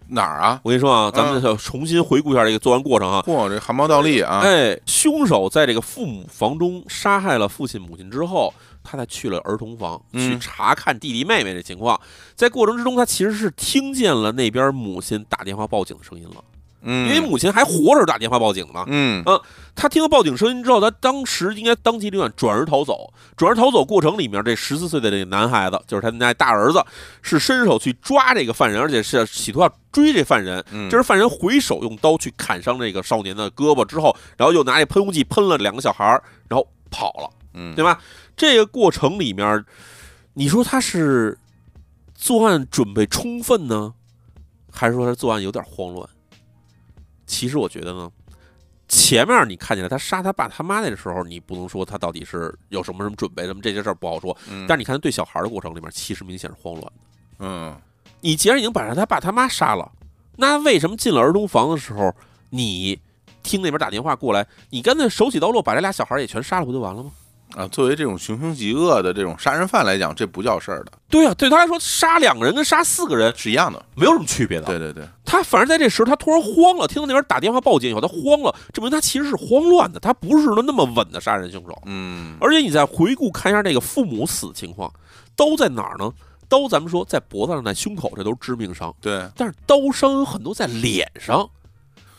哪儿啊？
我跟你说啊，咱们就重新回顾一下这个作案过程啊。
嚯，这汗毛倒立啊！
哎，凶手在这个父母房中杀害了父亲母亲之后，他才去了儿童房去
嗯
查看弟弟妹妹的情况。在过程之中，他其实是听见了那边母亲打电话报警的声音了，因
嗯，
为母亲还活着打电话报警的嘛。
嗯
他听到报警声音之后，他当时应该当机立断转而逃走。转而逃走过程里面，这十四岁的这个男孩子，就是他们家大儿子，是伸手去抓这个犯人，而且是企图要追这犯人。
嗯，
这是犯人回手用刀去砍伤这个少年的胳膊之后，然后又拿这喷雾剂喷了两个小孩儿，然后跑了，
嗯
对吧？这个过程里面，你说他是作案准备充分呢，还是说他作案有点慌乱？其实我觉得呢，前面你看起来他杀他爸他妈那个时候，你不能说他到底是有什么什么准备，什么这些事儿不好说。
嗯
但是你看他对小孩儿的过程里面，其实明显是慌乱。
嗯
你既然已经把他爸他妈杀了，那为什么进了儿童房的时候，你听那边打电话过来，你干脆手起刀落把这俩小孩也全杀了，不就完了吗？
啊，作为这种穷凶极恶的这种杀人犯来讲，这不叫事儿的，
对啊，对他来说，杀两个人跟杀四个人
是一样的。
没有什么区别的。
对对对，
他反而在这时候，他突然慌了，听到那边打电话报警以后，他慌了，证明他其实是慌乱的，他不是那么稳的杀人凶手。
嗯，
而且你再回顾看一下这个父母死情况，刀在哪儿呢？刀咱们说在脖子上、在胸口，这都是致命伤，
对。
但是刀伤有很多在脸上，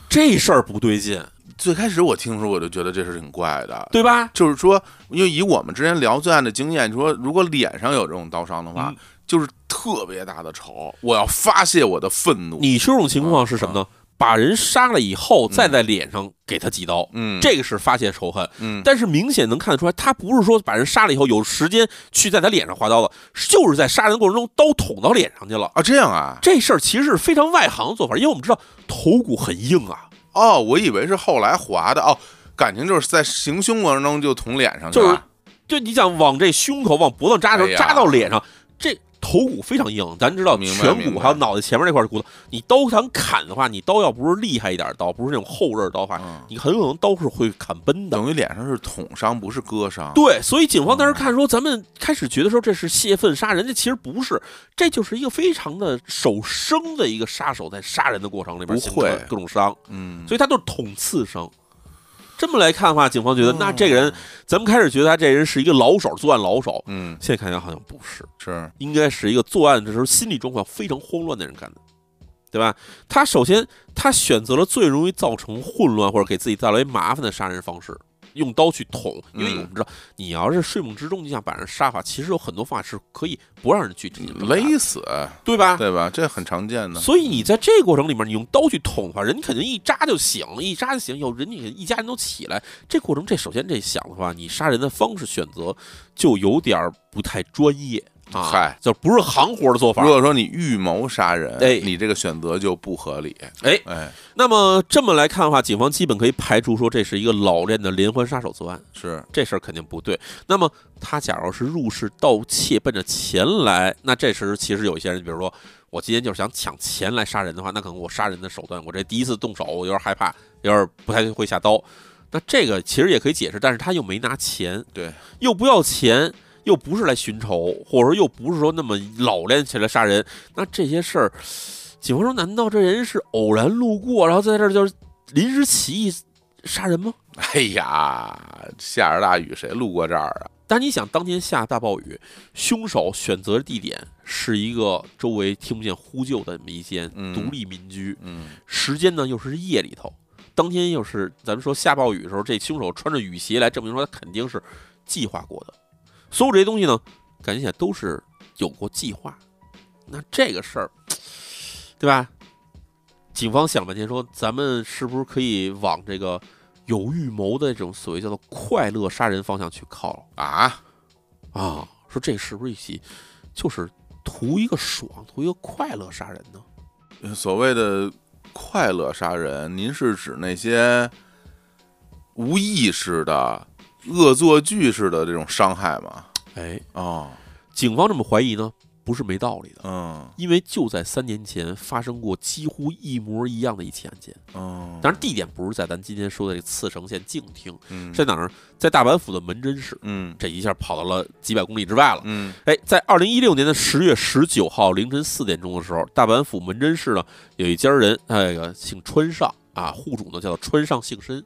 这事儿不对劲。
最开始我听的时候，我就觉得这事儿挺怪的，
对吧？
就是说，因为以我们之前聊罪案的经验，说如果脸上有这种刀伤的话，
嗯
就是特别大的仇，我要发泄我的愤怒。
你这种情况是什么呢？
嗯
把人杀了以后，再在脸上给他几刀，
嗯，
这个是发泄仇恨。
嗯
但是明显能看得出来，他不是说把人杀了以后有时间去在他脸上划刀了，就是在杀人过程中刀捅到脸上去了。
啊，这样啊，
这事儿其实是非常外行的做法，因为我们知道头骨很硬啊，
哦，我以为是后来划的哦，感情就是在行凶过程中就捅脸上去
就是
了。
就你想往这胸口、往脖子扎的时
哎
候
呀
扎到脸上，这头骨非常硬，咱知道
明白
颧
明
骨
白
还有脑袋前面那块骨头，你刀想砍的话，你刀要不是厉害一点的刀，不是那种后刃刀法，
嗯
你很有可能刀是会砍崩的。
等于脸上是捅伤，不是割伤。
对，所以警方当时看说，咱们开始觉得说这是泄愤杀人，这其实不是，这就是一个非常的手生的一个杀手在杀人的过程里边
不
形成了
会
各种伤，
嗯，
所以他都是捅刺伤。这么来看的话，警方觉得、
哦
那这个人，咱们开始觉得他这人是一个老手，作案老手，
嗯
现在看起来好像不是，
是
应该是一个作案的时候心理状况非常慌乱的人干的，对吧？他首先他选择了最容易造成混乱或者给自己带来麻烦的杀人方式，用刀去捅，因为
嗯
我们知道，你要是睡梦之中你想把人杀法，其实有很多方法是可以不让人去进行表达的
勒死，
对吧？
对吧？这很常见的。
所以你在这个过程里面，你用刀去捅的话，人肯定一扎就醒，一扎就醒，有人家一家人都起来。这过程，这首先这想的话，你杀人的方式选择就有点儿不太专业啊，
嗨，
就不是行活的做法
如。果说你预谋杀人，
哎
你这个选择就不合理。
哎，
哎，
那么这么来看的话，警方基本可以排除说这是一个老练的连环杀手作案，
是
这事儿肯定不对。那么他假如是入室盗窃，奔着钱来，那这时其实有一些人，比如说我今天就是想抢钱来杀人的话，那可能我杀人的手段，我这第一次动手，我有点害怕，有点不太会下刀。那这个其实也可以解释，但是他又没拿钱，
对，
又不要钱，又不是来寻仇，或者说又不是说那么老练起来杀人，那这些事儿，警方说，难道这人是偶然路过，然后在这儿就是临时起意杀人吗？
<laughs> 哎呀，下着大雨，谁路过这儿啊？
但你想，当天下大暴雨，凶手选择的地点是一个周围听不见呼救的这么一间
嗯
独立民居，
嗯，
时间呢又是夜里头，当天又是咱们说下暴雨的时候，这凶手穿着雨鞋来证明说他肯定是计划过的。所有这些东西呢，感觉起来都是有过计划。那这个事儿，对吧？警方想半天说，咱们是不是可以往这个有预谋的这种所谓叫做快乐杀人方向去靠了？
啊，
啊，说这是不是一起就是图一个爽，图一个快乐杀人呢？
所谓的快乐杀人，您是指那些无意识的恶作剧式的这种伤害吗？
哎，
哦，
警方这么怀疑呢，不是没道理的，
嗯
因为就在三年前发生过几乎一模一样的一起案件，
嗯，
当然地点不是在咱今天说的这个茨城县静听，
嗯
在哪儿呢？在大阪府的门真市。
嗯
这一下跑到了几百公里之外了。
嗯
哎，在二零一六年的十月十九号凌晨四点钟的时候，大阪府门真市呢有一家人，哎呀，姓川上啊，户主呢叫川上幸深。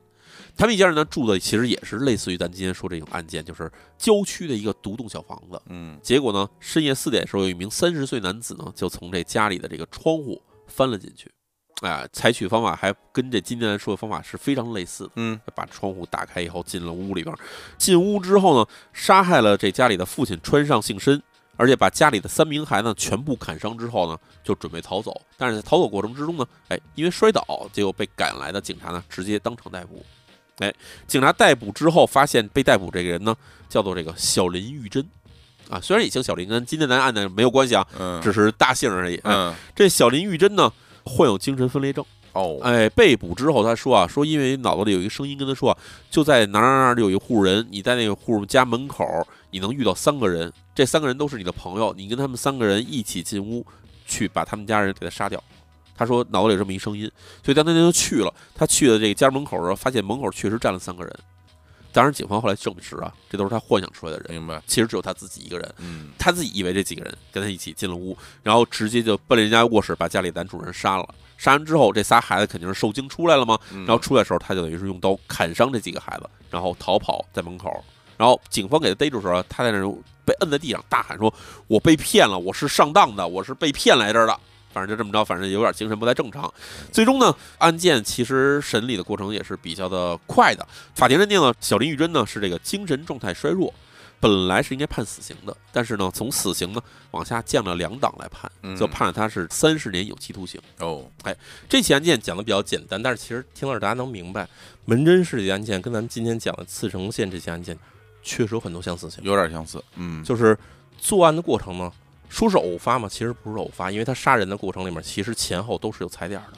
他们一家人呢住的其实也是类似于咱今天说这种案件，就是郊区的一个独栋小房子。
嗯，
结果呢，深夜四点的时候，有一名三十岁男子呢就从这家里的这个窗户翻了进去，哎、采取方法还跟这今天来说的方法是非常类似的。
嗯
把窗户打开以后进了屋里边儿。进屋之后呢，杀害了这家里的父亲川上幸深，而且把家里的三名孩子全部砍伤之后呢，就准备逃走。但是在逃走过程之中呢，哎，因为摔倒，结果被赶来的警察呢直接当场逮捕。哎，警察逮捕之后发现被逮捕这个人呢，叫做这个小林玉珍。啊，虽然也姓小林，跟今天咱案呢没有关系啊，
嗯，
只是大姓而已。哎
嗯
这小林玉珍呢，患有精神分裂症。
哦，
哎，被捕之后，他说啊，说因为脑子里有一个声音跟他说、啊，就在哪儿哪儿哪儿有一户人，你在那个户家门口，你能遇到三个人，这三个人都是你的朋友，你跟他们三个人一起进屋，去把他们家人给他杀掉。他说脑子里有这么一声音，所以当天他就去了。他去了这个家门口的时候，发现门口确实站了三个人。当然，警方后来证实啊，这都是他幻想出来的人，
明白，
其实只有他自己一个人。
嗯
他自己以为这几个人跟他一起进了屋，然后直接就奔人家卧室把家里男主人杀了。杀完之后，这仨孩子肯定是受惊出来了嘛，
嗯，
然后出来的时候，他就等于是用刀砍伤这几个孩子，然后逃跑在门口。然后警方给他逮住的时候，他在那儿被摁在地上大喊说：“我被骗了，我是上当的，我是被骗来这儿的。”反正就这么着，反正有点精神不太正常。最终呢，案件其实审理的过程也是比较的快的。法庭认定了小林玉珍呢是这个精神状态衰弱，本来是应该判死刑的，但是呢从死刑呢往下降了两档来判，
嗯
就判了他是三十年有期徒刑。
哦，
这起案件讲的比较简单，
简单，但是其实听到这儿大家能明白，门真市这起案件跟咱们今天讲的茨城县这起案件确实有很多相似性。
有点相似，嗯，
就是作案的过程呢，说是偶发嘛，其实不是偶发，因为他杀人的过程里面其实前后都是有踩点儿的。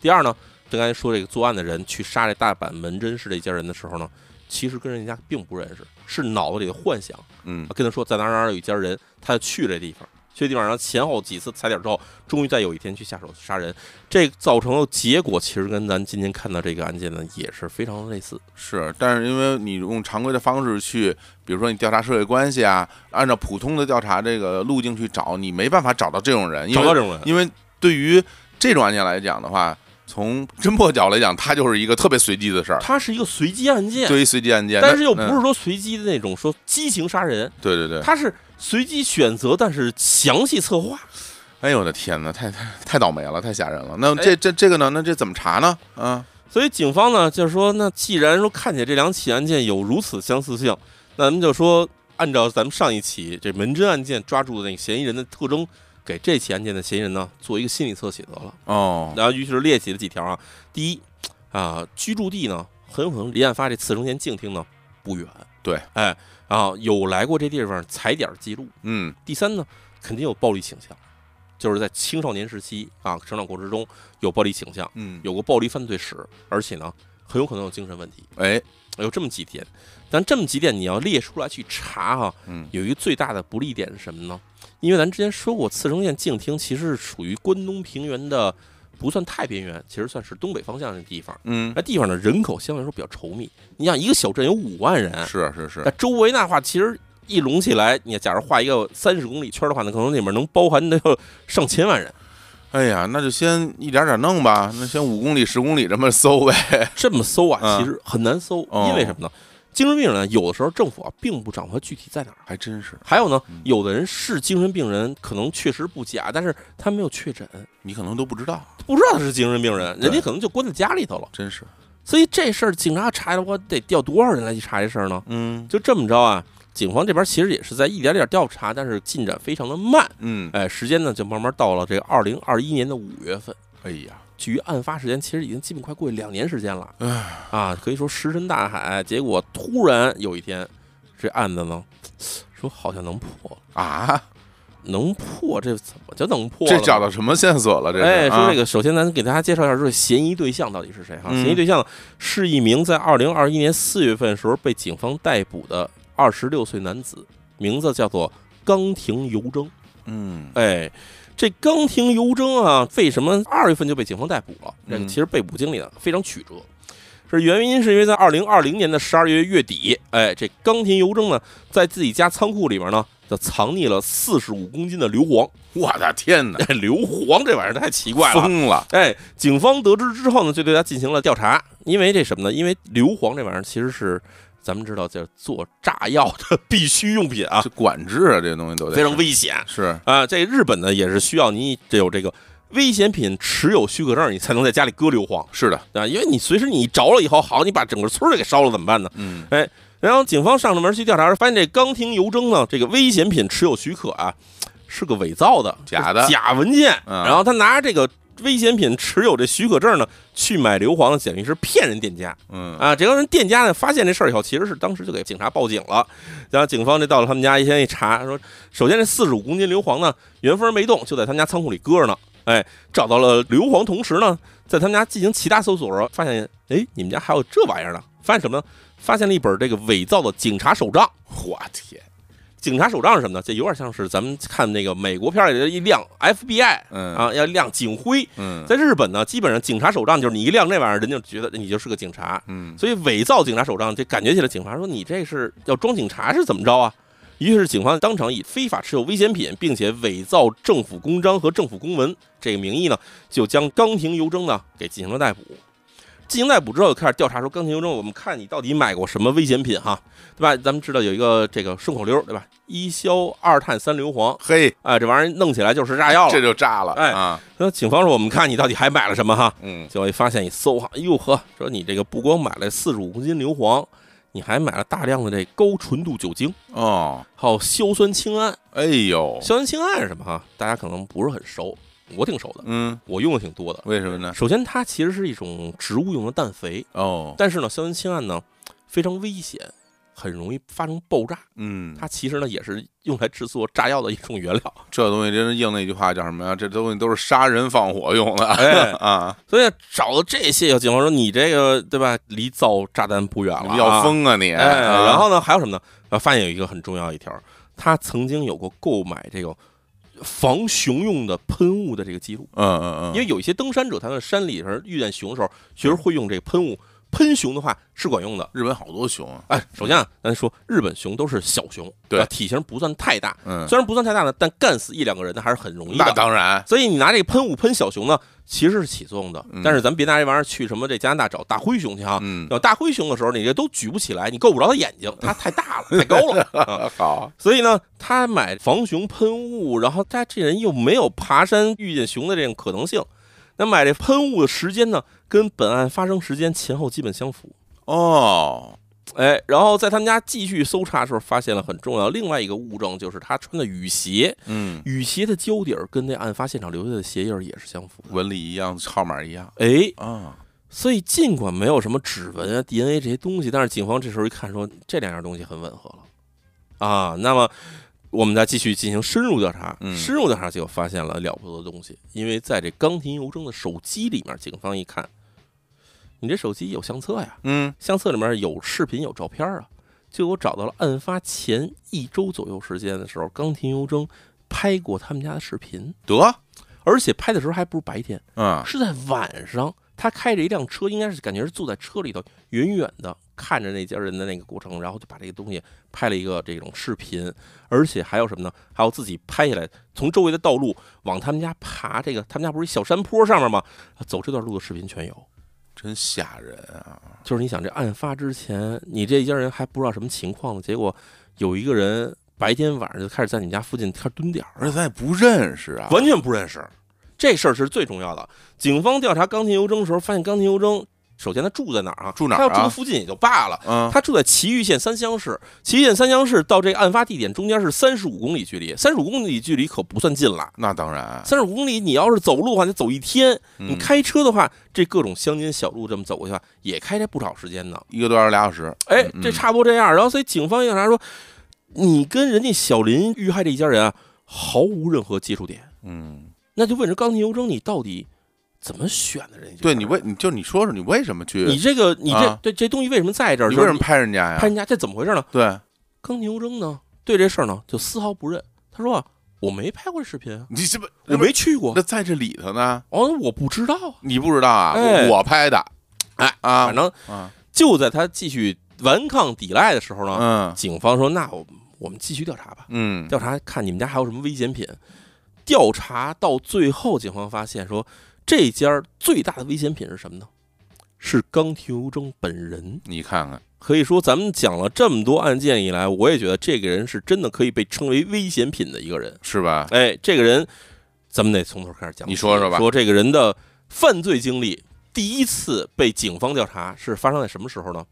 第二呢，就刚才说这个作案的人去杀这大阪门真市这家人的时候呢，其实跟人家并不认识，是脑子里的幻想。
嗯
跟他说在哪儿哪儿哪儿有一家人，他就去这地方，
薛地板上前后几次踩点之后，终于在有一天去下手杀人，这造成的结果其实跟咱今天看到这个案件呢也是非常类似。
是，但是因为你用常规的方式去，比如说你调查社会关系啊，按照普通的调查这个路径去找，你没办法找到这种人，因
找到
为
这种人，
因为对于这种案件来讲的话，从侦破角来讲，它就是一个特别随机的事儿，
它是一个随机案件，
对于随机案件，
但
那
是又不
嗯
是说随机的那种说激情杀人，
对对对，
它是随机选择，但是详细策划。
哎呦我的天哪，太太太倒霉了，太吓人了。
哎
那这这这个呢？那这怎么查呢？啊，
所以警方呢，就是说，那既然说看起来这两起案件有如此相似性，那咱们就说，按照咱们上一起这门侦案件抓住的那个嫌疑人的特征，给这起案件的嫌疑人呢做一个心理测写得了。
哦，
然后于是列举了几条啊，第一啊，居住地呢很有可能离案发这次生前静听呢不远，
对，
哎，然后有来过这地方踩点记录。
嗯，
第三呢，肯定有暴力倾向，就是在青少年时期啊成长过程中有暴力倾向。
嗯，
有过暴力犯罪史，而且呢，很有可能有精神问题，
哎，
有这么几点。但这么几点你要列出来去查哈、
嗯，
有一个最大的不利点是什么呢？因为咱之前说过，次城县静听其实是属于关东平原的，不算太边缘，其实算是东北方向的地方。
嗯，
那地方呢，人口相对来说比较稠密。你想，一个小镇有五万人，
是是是
那，周围那话其实一拢起来，你假如画一个三十公里圈的话，那可能里面能包含得有上千万人。
哎呀，那就先一点点弄吧，那先五公里、十公里这么搜呗。
这么搜啊，
嗯
其实很难搜，
哦
因为什么呢？精神病人有的时候政府啊并不掌握它具体在哪儿。
<laughs> 还真是，
还有呢
嗯，
有的人是精神病人，可能确实不假，但是他没有确诊，
你可能都不知道，
不知道他是精神病人，
对
人家可能就关在家里头了。
真是，
所以这事儿警察查的话，得调多少人来去查这事儿呢？
嗯
就这么着啊，警方这边其实也是在一点点调查，但是进展非常的慢。
嗯，
哎，时间呢就慢慢到了这个二零二一年的五月份。
哎呀，
距离案发时间其实已经基本快过去两年时间了，啊，可以说石沉大海。结果突然有一天，这案子呢，说好像能破，
啊，
能破，这怎么就能破了
这
呢？
找到什么线索了？这是
哎，说
啊
这个，首先咱给大家介绍一下，说嫌疑对象到底是谁哈？
嗯
嫌疑对象是一名在二零二一年四月份的时候被警方逮捕的二十六岁男子，名字叫做冈庭由征。
嗯，
哎，这冈庭由征啊，为什么二月份就被警方逮捕了？这个
嗯
其实被捕经历呢非常曲折。是原因是因为在二零二零年的十二月月底，哎，这冈庭由征呢，在自己家仓库里面呢，就藏匿了四十五公斤的硫磺。 <laughs>
我的天哪，
哎，硫磺这玩意儿太奇怪了。
<laughs> 疯了，
哎，警方得知之后呢，就对他进行了调查。因为这什么呢？因为硫磺这玩意儿其实是咱们知道，就是做炸药的 <laughs> 必需用品啊，
这管制啊，这东西都得
非常危险。
是，
啊，这日本呢也是需要你得有这个危险品持有许可证，你才能在家里搁硫磺
是的，
啊，因为你随时你着了以后，好，你把整个村儿给烧了怎么办呢？
嗯，
然后警方上了门去调查时，发现这冈庭由征呢，这个危险品持有许可啊是个伪造的、
假的
假文件，
嗯
然后他拿这个。危险品持有这许可证呢，去买硫磺呢，简直是骗人店家
嗯，
啊！这帮人店家呢，发现这事儿以后，其实是当时就给警察报警了。然后警方这到了他们家，一先一查，说首先这四十五公斤硫磺呢，原封没动，就在他们家仓库里搁着呢。哎，找到了硫磺，同时呢，在他们家进行其他搜索的时候，发现，哎，你们家还有这玩意儿呢？发现什么呢？发现了一本这个伪造的警察手账。
我天，
警察手账是什么呢？这有点像是咱们看那个美国片儿里的一亮 FBI
嗯
啊，要亮警徽。
嗯
在日本呢，基本上警察手账就是你一亮这玩意儿，人就觉得你就是个警察。
嗯，
所以伪造警察手杖，这感觉起来，警察说你这是要装警察是怎么着啊？于是警方当场以非法持有危险品，并且伪造政府公章和政府公文这个名义呢，就将冈庭由征呢给进行了逮捕。进行逮捕之后，开始调查说冈庭由征，我们看你到底买过什么危险品哈，对吧？咱们知道有一个这个顺口溜，对吧？一硝二碳三硫磺，
嘿，
啊，这玩意儿弄起来就是炸药
这
了。
就炸了，
哎
啊，
那警方说，我们看你到底还买了什么哈？
嗯，
结果一发现一搜哈，哎呦呵，说你这个不光买了四十五公斤硫磺，你还买了大量的这高纯度酒精，
哦，
还有硝酸氢胺。
哎呦，
硝酸氢胺是什么哈？大家可能不是很熟，我挺熟的，
嗯，
我用的挺多的。
为什么呢？
首先，它其实是一种植物用的氮肥，
哦，
但是呢，硝酸氢胺呢非常危险，很容易发生爆炸。
嗯，
它其实呢也是用来制作炸药的一种原料。
这东西真是应那句话叫什么呀？这东西都是杀人放火用的，
哎
啊，
<laughs> 所以找到这些，有警方说你这个对吧，离造炸弹不远了、啊，
要疯啊你！
哎，
啊
然后呢，还有什么呢？呃，发现有一个很重要一条，他曾经有过购买这个防熊用的喷雾的这个记录。
嗯嗯嗯，
因为有一些登山者，他们山里边遇见熊的时候，确实会用这个喷雾。喷熊的话是管用的。
日本好多熊啊，
哎，首先啊，咱说日本熊都是小熊，
对
吧体型不算太大，
嗯，
虽然不算太大呢，但干死一两个人那还是很容易
那
的。
当然，
所以你拿这个喷雾喷小熊呢，其实是起作用的
嗯。
但是咱别拿这玩意儿去什么这加拿大找大灰熊去啊！
嗯，
找大灰熊的时候，你这都举不起来，你够不着它眼睛，它太大了，太高了。啊
好，
所以呢，他买防熊喷雾，然后他这人又没有爬山遇见熊的这种可能性，那买这喷雾的时间呢，跟本案发生时间前后基本相符。
哦，
哎，然后在他们家继续搜查的时候，发现了很重要的另外一个物证，就是他穿的雨鞋，
嗯，
雨鞋的胶底儿跟那案发现场留下的鞋印儿也是相符的。
纹理一样，号码一样
哎，
啊，
所以尽管没有什么指纹啊、DNA 这些东西，但是警方这时候一看说这两样东西很吻合了啊。那么我们再继续进行深入调查，
嗯
深入调查结果发现了了不得的东西，因为在这冈田邮政的手机里面，警方一看，你这手机有相册呀，
嗯，
相册里面有视频、有照片啊，就我找到了案发前一周左右时间的时候，冈田邮政拍过他们家的视频，
得，
而且拍的时候还不是白天。
嗯，
是在晚上，他开着一辆车，应该是感觉是坐在车里头，远远的看着那家人的那个过程，然后就把这个东西拍了一个这种视频，而且还有什么呢？还有自己拍下来，从周围的道路往他们家爬，这个他们家不是一小山坡上面吗？走这段路的视频全有。
真吓人啊，
就是你想，这案发之前，你这一家人还不知道什么情况呢，结果有一个人白天晚上就开始在你们家附近开始蹲点儿了
而且咱也不认识啊，
完全不认识。这事儿是最重要的。警方调查冈田邮征的时候，发现冈田邮征首先他住在哪儿啊？
住哪儿
他
啊
要住附近也就罢了，
嗯，
他住在崎玉县三乡市。崎玉县三乡市到这个案发地点中间是三十五公里距离，三十五公里距离可不算近了。
那当然，
三十五公里，你要是走路的话，得走一天；你
嗯，
开车的话，这各种乡间小路这么走过去的话，也开这不少时间呢。
一个多小时，俩小时，
哎
嗯，
这差不多这样。然后，所以警方调查说，你跟人家小林遇害这一家人啊，毫无任何接触点。
嗯，
那就问这钢琴邮政，你到底怎么选的人家？
对你为你就你说说你为什么去，
你这个你这、
啊
对这东西为什么在这儿？
你
就
为
是
什么拍啊人家呀？
拍人家？这怎么回事呢？
对，
钢琴邮政呢，对这事儿呢就丝毫不认。他说啊，我没拍过这视频啊，
你这不
我没去过
那，在这里头呢，
哦，我不知道啊。
你不知道啊，
哎
我拍的，
哎
啊
反正
啊，
就在他继续顽抗抵赖的时候呢，
嗯
警方说，那我我们继续调查吧，
嗯，
调查看你们家还有什么危险品。调查到最后，警方发现说，这家儿最大的危险品是什么呢？是钢铁邮政本人。
你看看，
可以说，咱们讲了这么多案件以来，我也觉得这个人是真的可以被称为危险品的一个人。
是吧？
哎，这个人，咱们得从头开始讲起。
你说说吧
说这个人的犯罪经历，第一次被警方调查是发生在什么时候呢？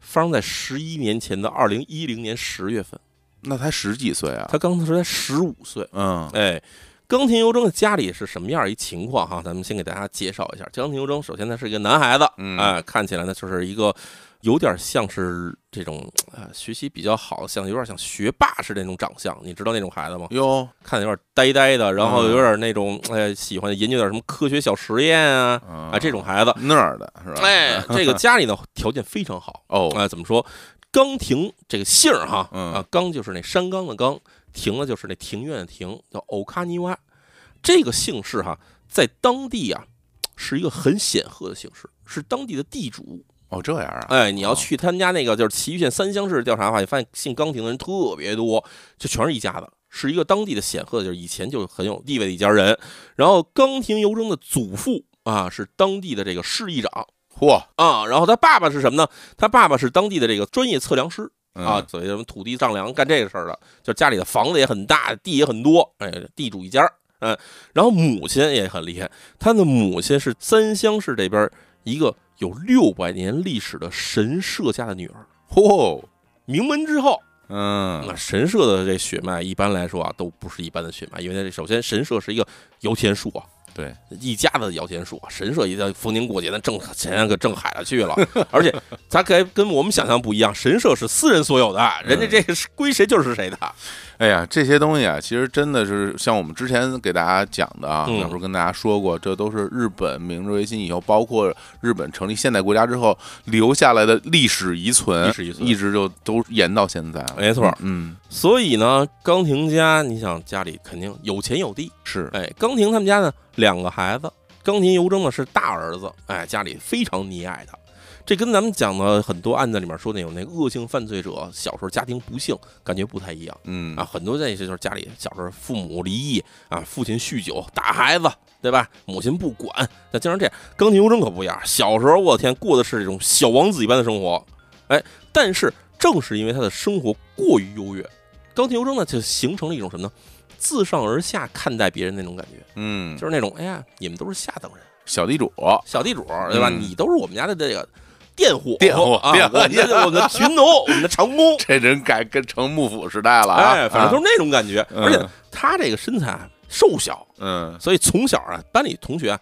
发生在十一年前的二零一零年十月份，
那才十几岁啊，
他刚才才十五岁。
嗯
哎，冈田邮征的家里是什么样一情况哈？咱们先给大家介绍一下。冈田邮征首先他是一个男孩子，
嗯
哎，看起来呢就是一个有点像是这种呃学习比较好，像有点像学霸似的那种长相，你知道那种孩子吗？
哟，
看着有点呆呆的，然后
嗯
有点那种哎喜欢研究点什么科学小实验啊
啊
啊这种孩子，
那儿的是吧？ <laughs>
哎，这个家里呢条件非常好，
哦，
啊，怎么说？冈亭这个姓儿哈，
嗯
啊，冈就是那山冈的冈，亭呢就是那庭院的庭，叫欧卡尼瓦。这个姓氏哈，在当地啊是一个很显赫的姓氏，是当地的地主。
哦这样啊，
哎，你要
哦
去他们家那个就是祁玉县三乡市调查的话，你发现姓冈亭的人特别多，就全是一家子。是一个当地的显赫的，就是以前就很有地位的一家人。然后冈亭由征的祖父啊，是当地的这个市议长，
嚯
啊，然后他爸爸是什么呢？他爸爸是当地的这个专业测量师
嗯
啊，所谓什么土地丈量干这个事儿的，就家里的房子也很大，地也很多，哎，地主一家儿。嗯，然后母亲也很厉害，他的母亲是三乡市这边儿一个有六百年历史的神社家的女儿。
嚯，
名门之后，那
嗯
神社的这血脉一般来说啊，都不是一般的血脉，因为这首先神社是一个摇钱树啊，
对，
一家子摇钱树啊，神社一家逢年过节那 <laughs> 挣钱可挣海了去了，而且咱可以跟我们想象不一样，神社是私人所有的，人家这个是归谁就是谁的，
哎呀，这些东西啊，其实真的是像我们之前给大家讲的啊，
嗯
有时候跟大家说过，这都是日本明治维新以后，包括日本成立现代国家之后留下来的历史遗存，
历史遗存
一直就都延到现在了。
没错
嗯，
所以呢，冈廷家，你想家里肯定有钱有地，
是，
哎，冈廷他们家呢两个孩子，冈廷由征呢是大儿子，哎，家里非常溺爱他。这跟咱们讲的很多案子里面说那种那个恶性犯罪者小时候家庭不幸感觉不太一样
嗯
啊，，很多这些就是家里小时候父母离异啊，父亲酗酒打孩子，对吧？母亲不管，那经常这样。冈廷由征可不一样，小时候我天过的是这种小王子一般的生活，哎，但是正是因为他的生活过于优越，冈廷由征呢就形成了一种什么呢？自上而下看待别人那种感觉，
嗯，
就是那种哎呀，你们都是下等人，
小地主，
小地主对吧？
嗯
你都是我们家的这个佃户，
佃户 <laughs>
啊，
佃户
我们的我们的群农，我们的长工，
这人改跟成幕府时代了啊，
哎，反正都是那种感觉。
嗯
而且他这个身材啊瘦小，
嗯
所以从小啊，班里同学啊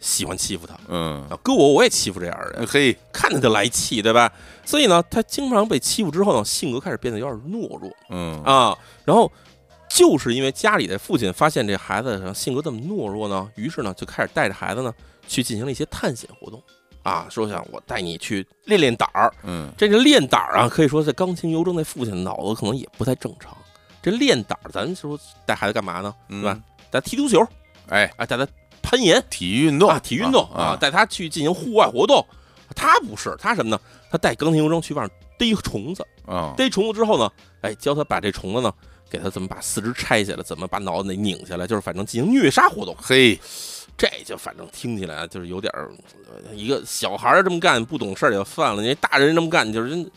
喜欢欺负他。
嗯，
啊，搁我我也欺负这样的人，
嘿，
看他就来气，对吧？所以呢，他经常被欺负之后呢，性格开始变得有点懦弱
嗯
啊。然后就是因为家里的父亲发现这孩子性格这么懦弱呢，于是呢就开始带着孩子呢去进行了一些探险活动啊，说想我带你去练练胆儿，
嗯
这个练胆儿啊，可以说在钢琴由征那父亲脑子可能也不太正常。这练胆儿，咱说带孩子干嘛呢？
嗯，
吧？带他踢足球，
哎，
啊，带他攀岩
体育运动
啊，体育运动啊，
啊，
带他去进行户外活动。他不是，他什么呢？他带钢琴由征去外面逮虫子，
啊，
逮虫子之后呢，哎，教他把这虫子呢，给他怎么把四肢拆下来，怎么把脑袋拧下来，就是反正进行虐杀活动。
嘿，
这就反正听起来啊就是有点儿，呃一个小孩儿这么干不懂事儿也就犯了，你大人这么干就是真，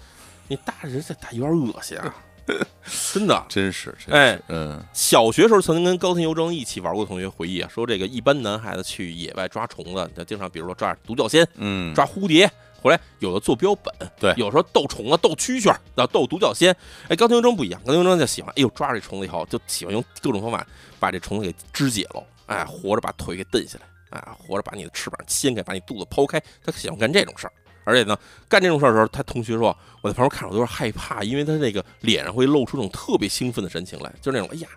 你大人这打有点恶心
<laughs>
啊，真的。
真是，真是
哎，
嗯
小学时候曾经跟高田由征一起玩过的同学回忆啊，说这个一般男孩子去野外抓虫子，那经常比如说抓独角仙、
嗯，
抓蝴蝶，回来有的做标本，
对
有时候斗虫啊子、斗蛐蛐儿，然后斗独角仙。哎，高田由征不一样，高田由征就喜欢，哎呦，抓着这虫子以后，就喜欢用各种方法把这虫子给肢解了，哎，活着把腿给蹬下来，哎，活着把你的翅膀掀开，把你肚子剖开，他喜欢干这种事儿。而且呢，干这种事儿的时候，他同学说，我在旁边看着我都有点害怕，因为他那个脸上会露出那种特别兴奋的神情来，就是那种哎呀，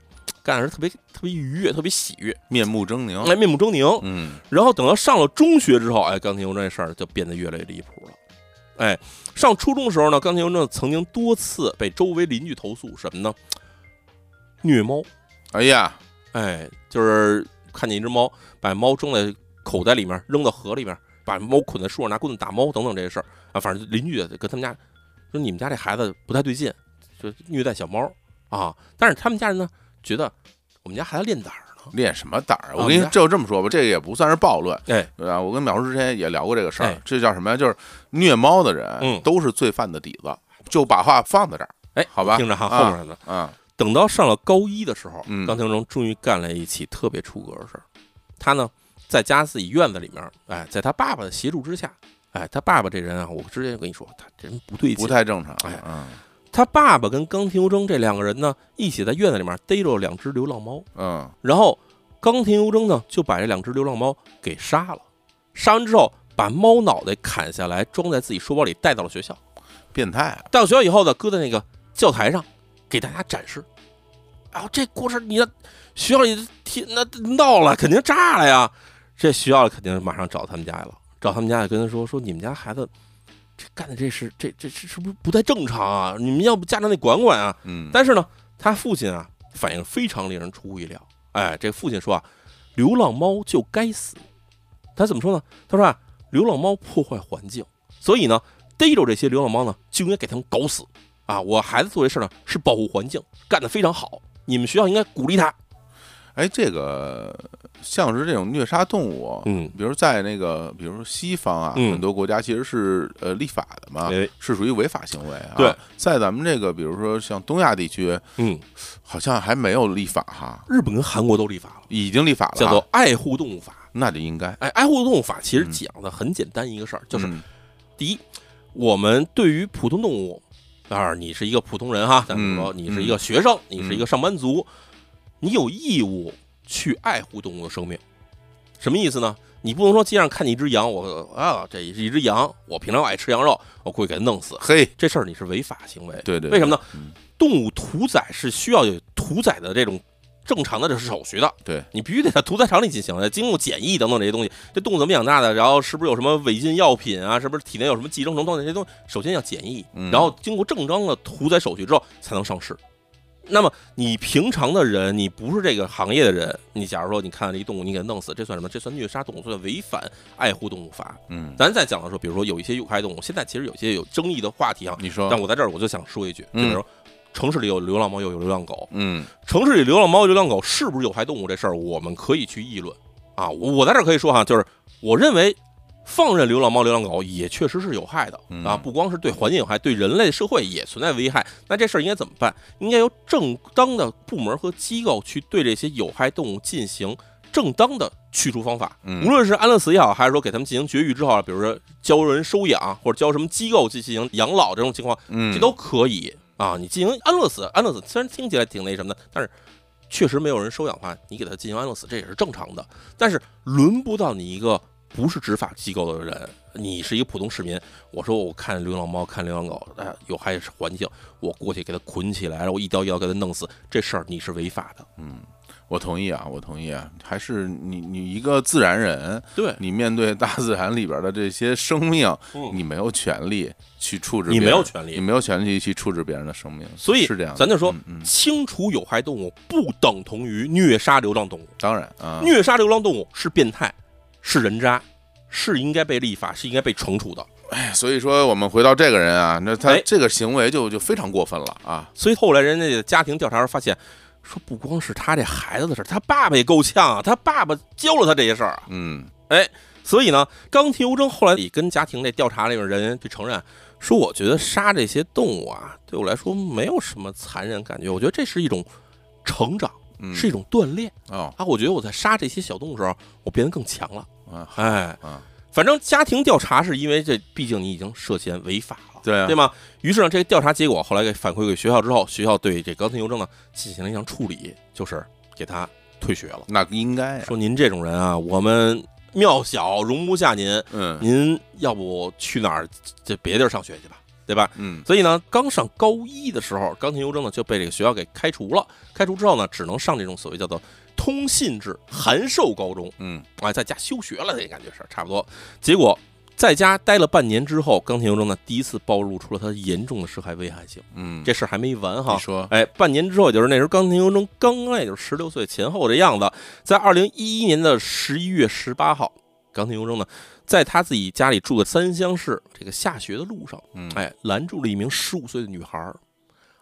干的时候特别特别愉悦，特别喜悦，
面目狰狞，
哎，面目狰狞。
嗯
然后等到上了中学之后，哎，钢琴由征这事儿就变得越来越离谱了。哎，上初中的时候呢，钢琴由征曾经多次被周围邻居投诉什么呢？虐猫。
哎呀，
哎，就是看见一只猫，把猫装在口袋里面，扔到河里面，把猫捆在树上，拿棍子打猫等等这些事儿啊，反正邻居跟他们家说你们家这孩子不太对劲，就虐待小猫啊。但是他们家人呢，觉得啊我们家孩子练胆儿呢，
练什么胆儿啊？
啊
我跟
你
你
看
就这么说吧，这个也不算是暴论，
哎，
对吧？我跟淼叔之前也聊过这个事儿
哎，
这叫什么呀？就是虐猫的人
嗯
都是罪犯的底子，就把话放在这儿，
哎，
好吧
听着哈，
啊
后面什么的。
嗯
等到上了高一的时候，
嗯
冈廷荣终于干了一起特别出格的事儿。他呢，在家自己院子里面，哎，在他爸爸的协助之下，哎，他爸爸这人啊，我之前就跟你说，他这人不对劲
不。太正常，
哎
嗯
他爸爸跟冈廷由征这两个人呢，一起在院子里面逮着两只流浪猫，
嗯
然后冈廷由征呢就把这两只流浪猫给杀了。杀完之后，把猫脑袋砍下来，装在自己书包里，带到了学校。
变态啊，
到学校以后呢，搁在那个教台上给大家展示。然、后这故事你的学校里听那闹了，肯定炸了呀！这学校肯定马上找他们家来了，找他们家里跟他说说你们家孩子这干的这事，这这这是不是不太正常啊？你们要不家长得管管啊！
嗯，
但是呢，他父亲啊反应非常令人出乎意料。哎，这父亲说啊，流浪猫就该死。他怎么说呢？他说啊，流浪猫破坏环境，所以呢，逮着这些流浪猫呢，就应该给他们搞死。啊，我孩子做这事儿呢是保护环境，干得非常好，你们学校应该鼓励他。
哎，这个像是这种虐杀动物。
嗯，
比如在那个，比如说西方啊，
嗯
很多国家其实是呃立法的嘛，
哎，
是属于违法行为啊。
对，
在咱们这个，比如说像东亚地区，
嗯，
好像还没有立法哈，
日本跟韩国都立法了，
已经立法了啊，
叫做《爱护动物法》。
那就应该，
哎，《爱护动物法》其实讲的很简单一个事儿，就是
嗯
第一，我们对于普通动物，啊，你是一个普通人哈，咱们说
嗯
你是一个学生，你是一个上班族，你有义务去爱护动物的生命。什么意思呢？你不能说街上看见一只羊，我啊，这是一只羊，我平常爱吃羊肉，我故意给它弄死，
嘿，
这事儿你是违法行为。
对对，
为什么呢
嗯？
动物屠宰是需要有屠屠宰的这种正常的这手续的。
对
你必须得在屠宰场里进行，经过检疫等等这些东西，这动物怎么养大的，然后是不是有什么违禁药品啊，是不是体内有什么寄生虫等等这些东西，首先要检疫
嗯，
然后经过正当的屠宰手续之后才能上市。那么你平常的人，你不是这个行业的人，你假如说你看到这一动物，你给它弄死，这算什么？这算虐杀动物，算违反爱护动物法。
嗯，
咱再讲到说，比如说有一些有害动物，现在其实有些有争议的话题啊，
你说，
但我在这儿我就想说一句，就
嗯
比如说城市里有流浪猫，又有流浪狗，
嗯
城市里流浪猫、流浪狗是不是有害动物这事儿，我们可以去议论啊。我我在这儿可以说哈，就是我认为放任流浪猫、流浪狗也确实是有害的
嗯
啊，不光是对环境有害，对人类社会也存在危害。那这事儿应该怎么办？应该由正当的部门和机构去对这些有害动物进行正当的去除方法。
嗯
无论是安乐死也好，还是说给他们进行绝育之后，啊比如说教人收养或者教什么机构去进行养老这种情况，
嗯，
这都可以啊。你进行安乐死，安乐死虽然听起来挺那什么的，但是确实没有人收养的话，你给他进行安乐死，这也是正常的。但是轮不到你一个不是执法机构的人，你是一个普通市民。我说我看流浪猫，看流浪狗，哎，有害环境，我过去给它捆起来，然后我一刀一刀给它弄死，这事儿你是违法的。
我同意啊，我同意啊，还是你你一个自然人，
对
你面对大自然里边的这些生命，
嗯
你没有权利去处置
你
别人，
没有权利
你没有权利去处置别人的生命，
所以
是这样的，
咱就说
嗯，嗯
清除有害动物不等同于虐杀流浪动物。
当然啊，
虐杀流浪动物是变态，是人渣，是应该被立法，是应该被惩处的。
哎所以说我们回到这个人啊，那他
哎
这个行为就就非常过分了啊，
所以后来人家的家庭调查发现，说不光是他这孩子的事儿，他爸爸也够呛啊，他爸爸教了他这些事儿啊。
嗯
所以呢，冈崎优征后来也跟家庭这调查里面人就承认说，我觉得杀这些动物啊，对我来说没有什么残忍感觉，我觉得这是一种成长，
嗯，
是一种锻炼
哦
啊。我觉得我在杀这些小动物的时候，我变得更强了。
啊
哎，
啊，
反正家庭调查是因为这，毕竟你已经涉嫌违法了，
对啊
对吗？于是呢，这个调查结果后来给反馈给学校之后，学校对这冈村邮政呢进行了一项处理，就是给他退学了，
那应该呀，
说您这种人啊，我们庙小容不下您，
嗯
您要不去哪儿这别地儿上学去吧，对吧？
嗯
所以呢，刚上高一的时候，冈田优征呢就被这个学校给开除了。开除之后呢，只能上这种所谓叫做通信制函授高中。
嗯
啊，在家休学了，这感觉是差不多。结果在家待了半年之后，冈田由征呢第一次暴露出了他严重的涉害危害性。
嗯，
这事儿还没完哈
你，说
哎，半年之后，也就是那时候冈田由征刚刚也就是十六岁前后的样子，在二零一一年的十一月十八号，冈田由征呢在他自己家里住的三乡市这个下学的路上，
嗯
哎，拦住了一名十五岁的女孩，儿，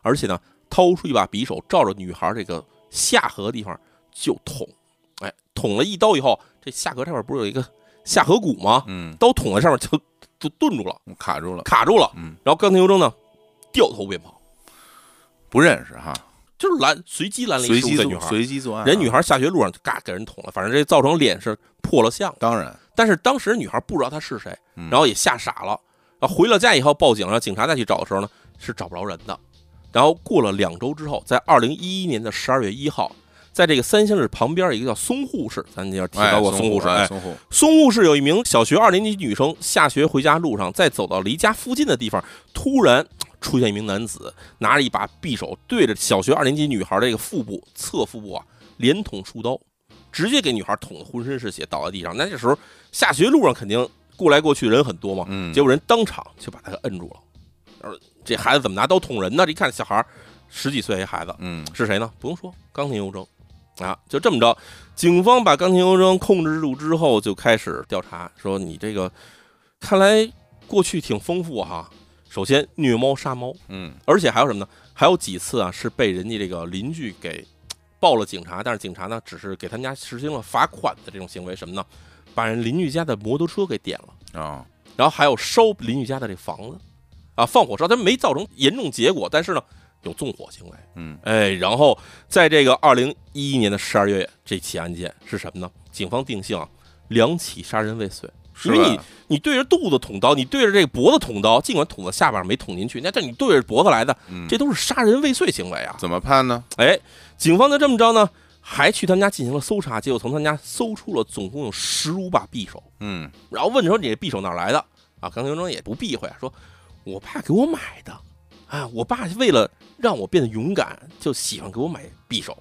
而且呢，掏出一把匕首，照着女孩儿这个下颌地方就捅，哎，捅了一刀以后，这下颌这块儿不是有一个下颌骨吗？
嗯，
刀捅在上面就就顿住了，
我卡住了，
卡住了。
嗯，
然后冈田由征呢，掉头便跑，
不认识哈，
就是拦随机拦了一
随
十五
机
岁女
作
孩儿。
随机作案啊，
人女孩儿下学路上就嘎给人捅了，反正这造成脸是破了相了。
当然，
但是当时女孩不知道他是谁，
嗯
然后也吓傻了。然后回了家以后报警，然后警察再去找的时候呢，是找不着人的。然后过了两周之后，在二零一一年的十二月一号，在这个三星市旁边一个叫淞沪市，咱也提到过淞沪市。
哎
哎，
淞沪，
淞沪市有一名小学二年级女生下学回家路上，在走到离家附近的地方，突然出现一名男子，拿着一把匕首对着小学二年级女孩这个腹部、侧腹部啊，连捅数刀，直接给女孩捅得浑身是血，倒在地上。那这时候下学路上肯定过来过去的人很多嘛，
嗯，
结果人当场就把他给摁住了。然后这孩子怎么拿刀捅人呢？这一看小孩儿十几岁一孩子，
嗯
是谁呢？不用说，冈田优征啊，就这么着。警方把冈田优征控制住之后，就开始调查，说你这个看来过去挺丰富哈。首先虐猫杀猫，
嗯
而且还有什么呢？还有几次啊是被人家这个邻居给报了警察，但是警察呢只是给他们家实行了罚款的这种行为，什么呢？把人邻居家的摩托车给点了。
啊，
然后还有烧邻居家的这房子，啊，放火烧，它没造成严重结果，但是呢，有纵火行为，
嗯
哎，然后在这个二零一一年的十二月，这起案件是什么呢？警方定性啊，两起杀人未遂，
是
因为你
吧
你对着肚子捅刀，你对着这个脖子捅刀，尽管捅到下巴上没捅进去，那但你对着脖子来的，
嗯
这都是杀人未遂行为啊。
怎么判呢？
哎，警方就这么着呢，还去他们家进行了搜查，结果从他们家搜出了总共有十五把匕首。
嗯
然后问说你这匕首哪儿来的啊啊？冈田忠也不避讳，说我爸给我买的啊，我爸为了让我变得勇敢，就喜欢给我买匕首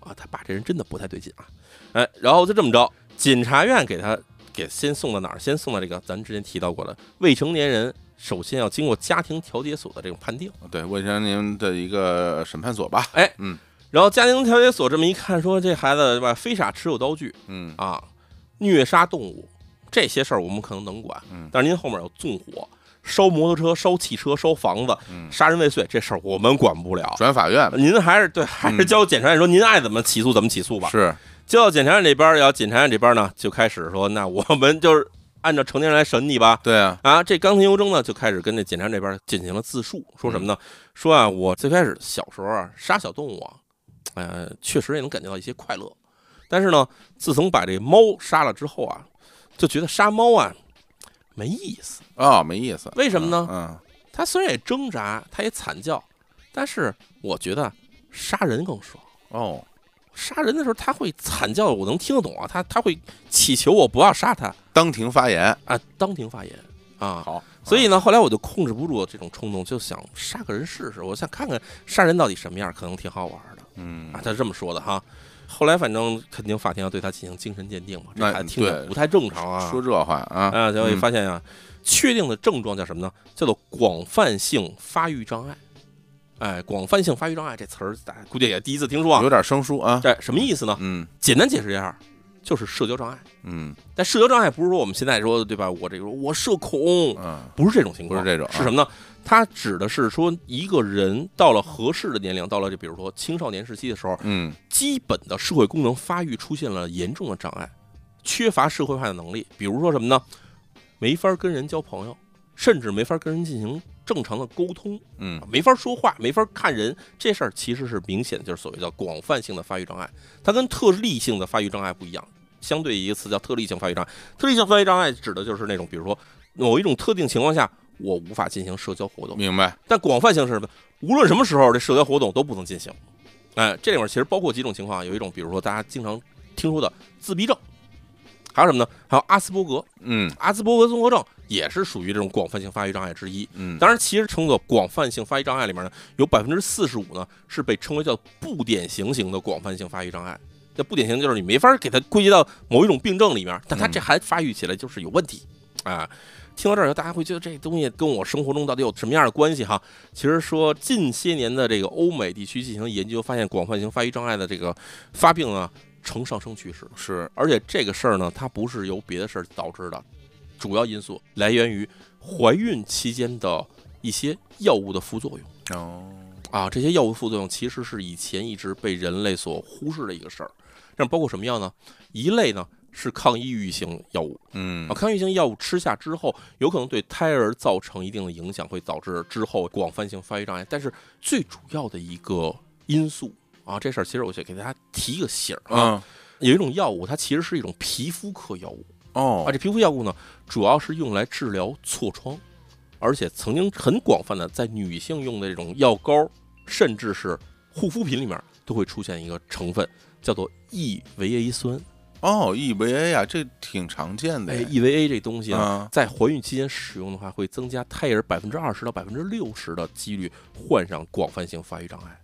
啊！他爸这人真的不太对劲啊！哎，然后就这么着，检察院给他给先送到哪儿？先送到这个咱之前提到过的未成年人，首先要经过家庭调解所的这种判定。
对，未成年的一个审判所吧，
哎，
嗯
然后家庭调解所这么一看，说这孩子对吧，非法持有刀具
嗯
啊，虐杀动物这些事儿我们可能能管，
嗯
但是您后面有纵火、烧摩托车、烧汽车、烧房子、
嗯，
杀人未遂这事儿我们管不了。
转
<laughs>
法院吧
您还是对，还是
嗯
交检察院说您爱怎么起诉怎么起诉吧。
是，
交到检察院这边儿，然后检察院这边儿呢就开始说，那我们就是按照成年人来审你吧。
对啊，
啊，这冈田由征呢就开始跟那检察院这边进行了自述，说什么呢？说啊，我最开始小时候啊杀小动物啊，呃，确实也能感觉到一些快乐，但是呢，自从把这猫杀了之后啊，就觉得杀猫啊没意思。
哦，没意思，
为什么呢？
嗯，
它虽然也挣扎，它也惨叫，但是我觉得杀人更爽。
嗯哦，
杀人的时候，它会惨叫，我能听得懂啊，它它会祈求我不要杀它
当庭发言，
啊，当庭发言啊。
好，
所以呢，后来我就控制不住这种冲动，就想杀个人试试，我想看看杀人到底什么样，可能挺好玩的
嗯
啊。他这么说的哈。后来反正肯定法庭要对他进行精神鉴定嘛，这
那
还听着
对
不太正常啊。
说这话啊，
啊，结果一
嗯
发现啊，确定的症状叫什么呢？叫做广泛性发育障碍。哎，广泛性发育障碍这词儿，大家估计也第一次听说啊
有。点生疏啊，
这什么意思呢？
嗯
简单解释一下，就是社交障碍。
嗯
但社交障碍不是说我们现在说的对吧？我这个我社恐，
嗯，
不是这种情
不
况，
是这种啊
是什么呢？它指的是说，一个人到了合适的年龄，到了这比如说青少年时期的时候，
嗯
基本的社会功能发育出现了严重的障碍，缺乏社会化的能力。比如说什么呢？没法跟人交朋友，甚至没法跟人进行正常的沟通，
嗯
啊没法说话，没法看人。这事儿其实是明显的，就是所谓叫广泛性的发育障碍，它跟特例性的发育障碍不一样。相对于一个词叫特例性发育障碍，特例性发育障碍指的就是那种，比如说某一种特定情况下，我无法进行社交活动。
明白，
但广泛性是什么？无论什么时候，这社交活动都不能进行。哎，这里面其实包括几种情况，有一种比如说大家经常听说的自闭症，还有什么呢？还有阿斯伯格，
嗯
阿斯伯格综合症也是属于这种广泛性发育障碍之一。
嗯，
当然，其实称作广泛性发育障碍里面呢，有百分之四十五呢是被称为叫不典型型的广泛性发育障碍。那不典型就是你没法给它归结到某一种病症里面，但它这还发育起来就是有问题啊。听到这儿以后，大家会觉得这东西跟我生活中到底有什么样的关系哈？其实说近些年的这个欧美地区进行研究，发现广泛性发育障碍的这个发病呢呈上升趋势。
是，
而且这个事儿呢，它不是由别的事儿导致的，主要因素来源于怀孕期间的一些药物的副作用
哦，
啊。这些药物副作用其实是以前一直被人类所忽视的一个事儿。那包括什么药呢？一类呢是抗抑郁型药物
嗯
啊，抗抑郁型药物吃下之后，有可能对胎儿造成一定的影响，会导致之后广泛性发育障碍。但是最主要的一个因素啊，这事儿其实我想给大家提一个醒儿啊，
嗯
有一种药物，它其实是一种皮肤科药物啊。
哦，
这皮肤药物呢，主要是用来治疗痤疮，而且曾经很广泛的在女性用的这种药膏，甚至是护肤品里面都会出现一个成分，叫做 E 维 A 酸。
哦，EVA 啊，这挺常见的
哎
耶，
，E 维 A 这东西啊，
啊，
在怀孕期间使用的话，会增加胎儿百分之二十到百分之六十的几率患上广泛性发育障碍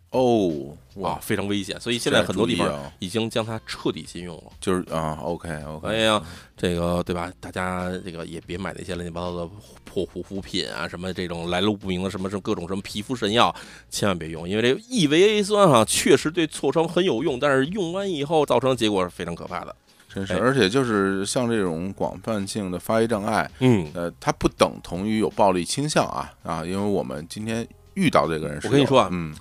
啊
哦，哇，，
非常危险。所以现
这
在
要
很多
注
地
意
方
啊
已经将它彻底禁用了。
就是啊，OK OK，
哎呀，这个对吧？大家这个也别买那些乱七八糟的破护肤品啊，什么这种来路不明的什么什么各种什么皮肤神药，千万别用，因为这个 E 维 A 酸哈、确实对痤疮很有用，但是用完以后造成的结果是非常可怕的。
真是，
哎
而且就是像这种广泛性的发育障碍，
嗯，
呃，它不等同于有暴力倾向啊啊，因为我们今天遇到这个人是有，
我跟你说啊
嗯，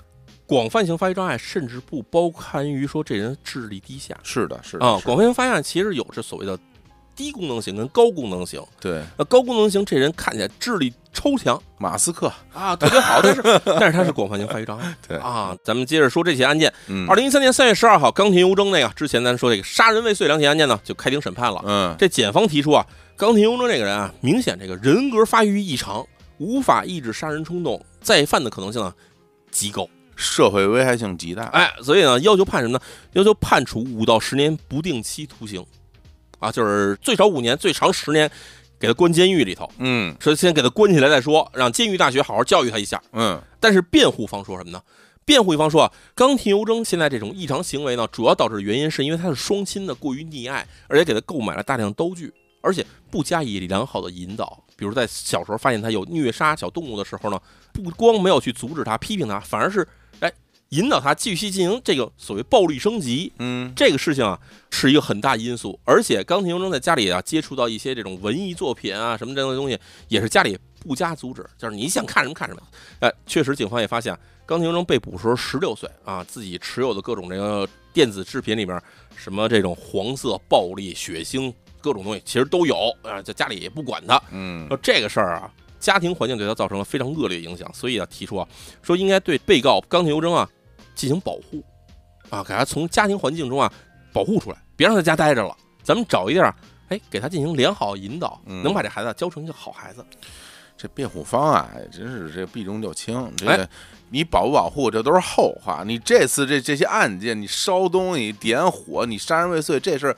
广泛性发育障碍甚至不包含于说这人智力低下
是的，是的
啊，
是的
广泛性发育障碍其实有这所谓的低功能型跟高功能型。
对
那高功能型这人看起来智力超强，
马斯克，
啊，特别好，但是 <laughs> 但是它是广泛性发育障 <laughs> 碍。
对
啊，咱们接着说这起案件。
嗯，
二零一三年三月十二号，冈田由征那个之前咱说这个杀人未遂两起案件呢，就开庭审判了。
嗯，
这检方提出啊，冈田由征这个人啊，明显这个人格发育异常，无法抑制杀人冲动，再犯的可能性啊极高。
社会危害性极大，
哎，所以呢，要求判什么呢？要求判处五到十年不定期徒刑，啊，就是最少五年，最长十年，给他关监狱里头。
嗯
说先给他关起来再说，让监狱大学好好教育他一下。
嗯，
但是辩护方说什么呢？辩护一方说啊，冈田由征现在这种异常行为呢，主要导致原因是因为他的双亲呢过于溺爱，而且给他购买了大量刀具，而且不加以良好的引导。比如在小时候发现他有虐杀小动物的时候呢，不光没有去阻止他、批评他，反而是哎引导他继续进行这个所谓暴力升级。
嗯
这个事情啊是一个很大因素，而且冈田由征在家里啊接触到一些这种文艺作品啊什么这样的东西，也是家里不加阻止，就是你想看什么看什么。哎，确实警方也发现啊冈田由征被捕时候十六岁啊，自己持有的各种这个电子制品里边，什么这种黄色、暴力、血腥各种东西其实都有啊，在家里也不管他。
嗯
说这个事儿啊，家庭环境对他造成了非常恶劣影响，所以啊，提出啊，说应该对被告冈田由征啊进行保护，啊，给他从家庭环境中啊保护出来，别让他在家待着了，咱们找一地儿啊，哎，给他进行良好引导，
嗯
能把这孩子啊教成一个好孩子。
这辩护方啊，真是这避重就轻。这
哎
个你保不保护，这都是后话。你这次这这些案件，你烧东西、点火、你杀人未遂，这事儿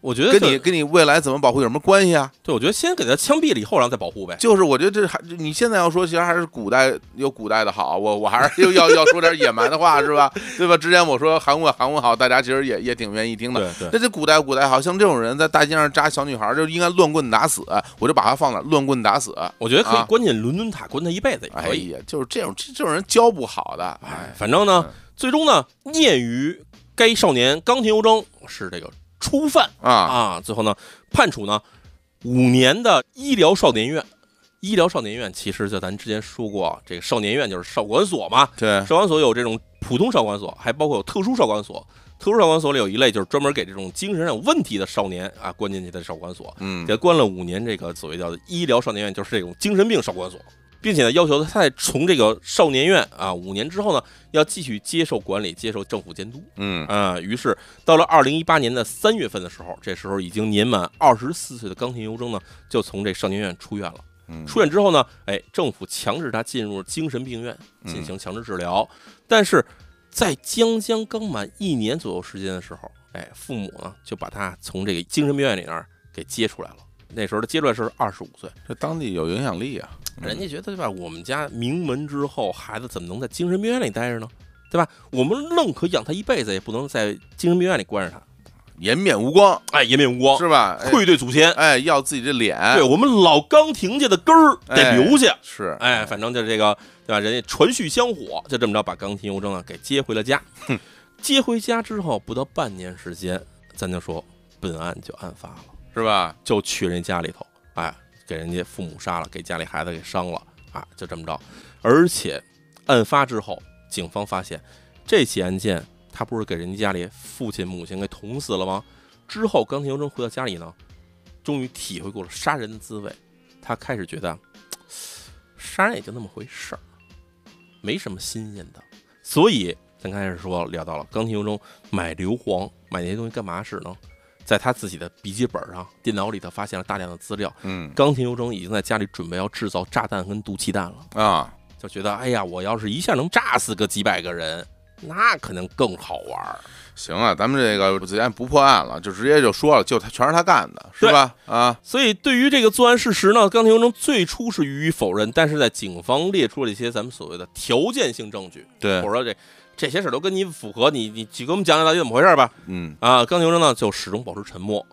我觉得
跟你跟你未来怎么保护有什么关系啊？
对，我觉得先给他枪毙了以后，然后再保护呗。
就是我觉得这还你现在要说，其实还是古代有古代的好。我我还是 <laughs> 又要要说点野蛮的话，是吧？对吧？之前我说韩国韩国好，大家其实也也挺愿意听的。
对对
那这古代古代好像这种人在大街上扎小女孩儿，就应该乱棍打死，我就把他放那儿乱棍打死。
我觉得可以
啊
关进伦敦塔，关他一辈子也
哎
可以。
呀，就是这种这这种人教不好的，哎，
反正呢
嗯，
最终呢，念于该少年冈田由征是这个初犯。
啊，
啊，最后呢，判处呢五年的医疗少年院。医疗少年院其实就咱之前说过啊，这个少年院就是少管所嘛，
对，
少管所有这种普通少管所，还包括有特殊少管所。特殊少管所里有一类就是专门给这种精神上有问题的少年啊关进去的少管所，
嗯
给，他关了五年，这个所谓叫医疗少年院，就是这种精神病少管所，并且呢，要求他在从这个少年院啊五年之后呢，要继续接受管理，接受政府监督。
嗯
啊、于是到了二零一八年的三月份的时候，这时候已经年满二十四岁的冈田由征呢，就从这少年院出院了。
嗯，
出院之后呢，哎，政府强制他进入精神病院
嗯
进行强制治疗，但是在将将刚满一年左右时间的时候，哎，父母呢就把他从这个精神病院里那儿给接出来了。那时候他接出来是二十五岁，
这当地有影响力啊，嗯
人家觉得对吧？我们家名门之后，孩子怎么能在精神病院里待着呢？对吧？我们愣可养他一辈子，也不能在精神病院里关着他。
颜面无光
哎，颜面无光，<laughs>
是吧？哎
愧对祖先，
哎，要自己这脸，
对我们老冈廷家的根儿得
哎
留下。
是，
哎，反正就是这个，对吧？人家传续香火，就这么着把冈廷由征啊给接回了家。接回家之后不到半年时间，咱就说本案就案发了，
是吧？
就去人家里头，哎，给人家父母杀了，给家里孩子给伤了，啊，就这么着。而且案发之后，警方发现这起案件，他不是给人家里父亲母亲给捅死了吗？之后，冈田由征回到家里呢，终于体会过了杀人的滋味，他开始觉得嘖杀人也就那么回事儿，没什么新鲜的。所以咱开始说聊到了冈田由征买硫磺买那些东西干嘛使呢？在他自己的笔记本上、电脑里头发现了大量的资料。
嗯
冈田由征已经在家里准备要制造炸弹跟毒气弹了。
啊，
就觉得，哎呀，我要是一下能炸死个几百个人，那可能更好玩儿。
行啊，咱们这个既然不破案了，就直接就说了，就他全是他干的，是吧？啊，
所以，对于这个作案事实呢，冈田由征最初是予以否认，但是在警方列出了一些咱们所谓的条件性证据，
对
或者说这这些事儿都跟你符合，你你你给我们讲讲到底怎么回事儿吧？
嗯
啊，冈田由征呢就始终保持沉默。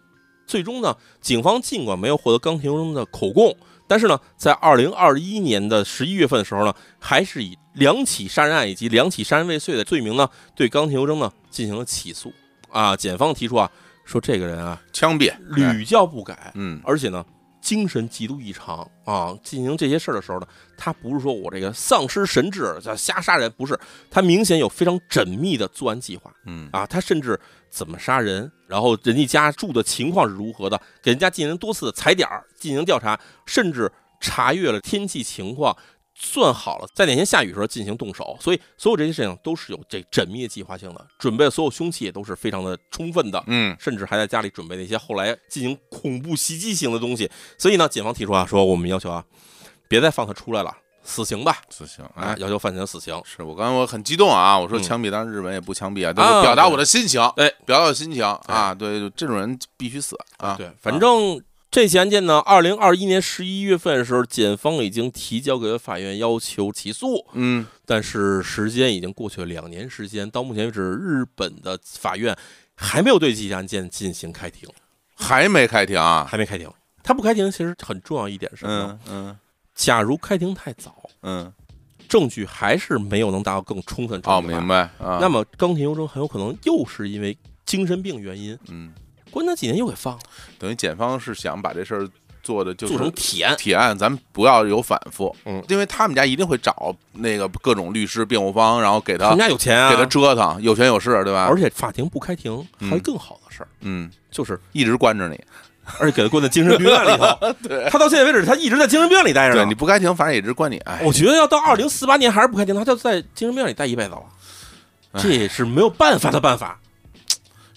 最终呢，警方尽管没有获得冈田由征的口供，但是呢，在二零二一年的十一月份的时候呢，还是以两起杀人案以及两起杀人未遂的罪名呢，对冈田由征呢进行了起诉。啊，检方提出啊，说这个人啊
枪毙，哎
屡教不改，
嗯
而且呢，精神极度异常啊！进行这些事儿的时候呢，他不是说我这个丧失神智叫瞎杀人，不是，他明显有非常缜密的作案计划
嗯
啊！他甚至怎么杀人，然后人家家住的情况是如何的，给人家进行多次的踩点儿进行调查，甚至查阅了天气情况。算好了，在哪天下雨的时候进行动手，所以所有这些事情都是有这缜密的计划性的，准备的所有凶器也都是非常的充分的。
嗯
甚至还在家里准备了一些后来进行恐怖袭击型的东西。所以呢，检方提出啊，说我们要求啊，别再放他出来了，死刑吧，
死刑，
啊
哎，，
要求犯人死刑。
是我刚才我很激动啊，我说
嗯
枪毙，当然日本也不枪毙
啊
啊，
哎
但是表达我的心情，
对，
表达我的心情啊，对，就这种人必须死啊，
对，反正这起案件呢，二零二一年十一月份的时候，检方已经提交给法院要求起诉，
嗯
但是时间已经过去了两年时间，到目前为止，日本的法院还没有对这起案件进行开庭，
还没开庭啊？
还没开庭。他不开庭其实很重要一点是什么呢？
嗯嗯
假如开庭太早，
嗯，
证据还是没有能达到更充分证
哦，
据的话
明白啊。
那么冈田优征很有可能又是因为精神病原因，
嗯，
关他几年又给放了，
等于检方是想把这事儿做的就
做成
是
体验。
铁案，咱们不要有反复，
嗯，
因为他们家一定会找那个各种律师、辩护方，然后给
他
他
们家有钱啊，
给他折腾，有权有势，对吧？
而且法庭不开庭，
嗯
还有更好的事儿，啊
嗯，
就是
一直关着你，
而且给他关在精神病院里 <laughs> 头。他到现在为止，他一直在精神病院里待着
对
呢
你。不开庭，反正也一直关你，哎，
我觉得要到二零四八年还是不开庭，他就在精神病院里待一辈子了。
唉
这也是没有办法的办法。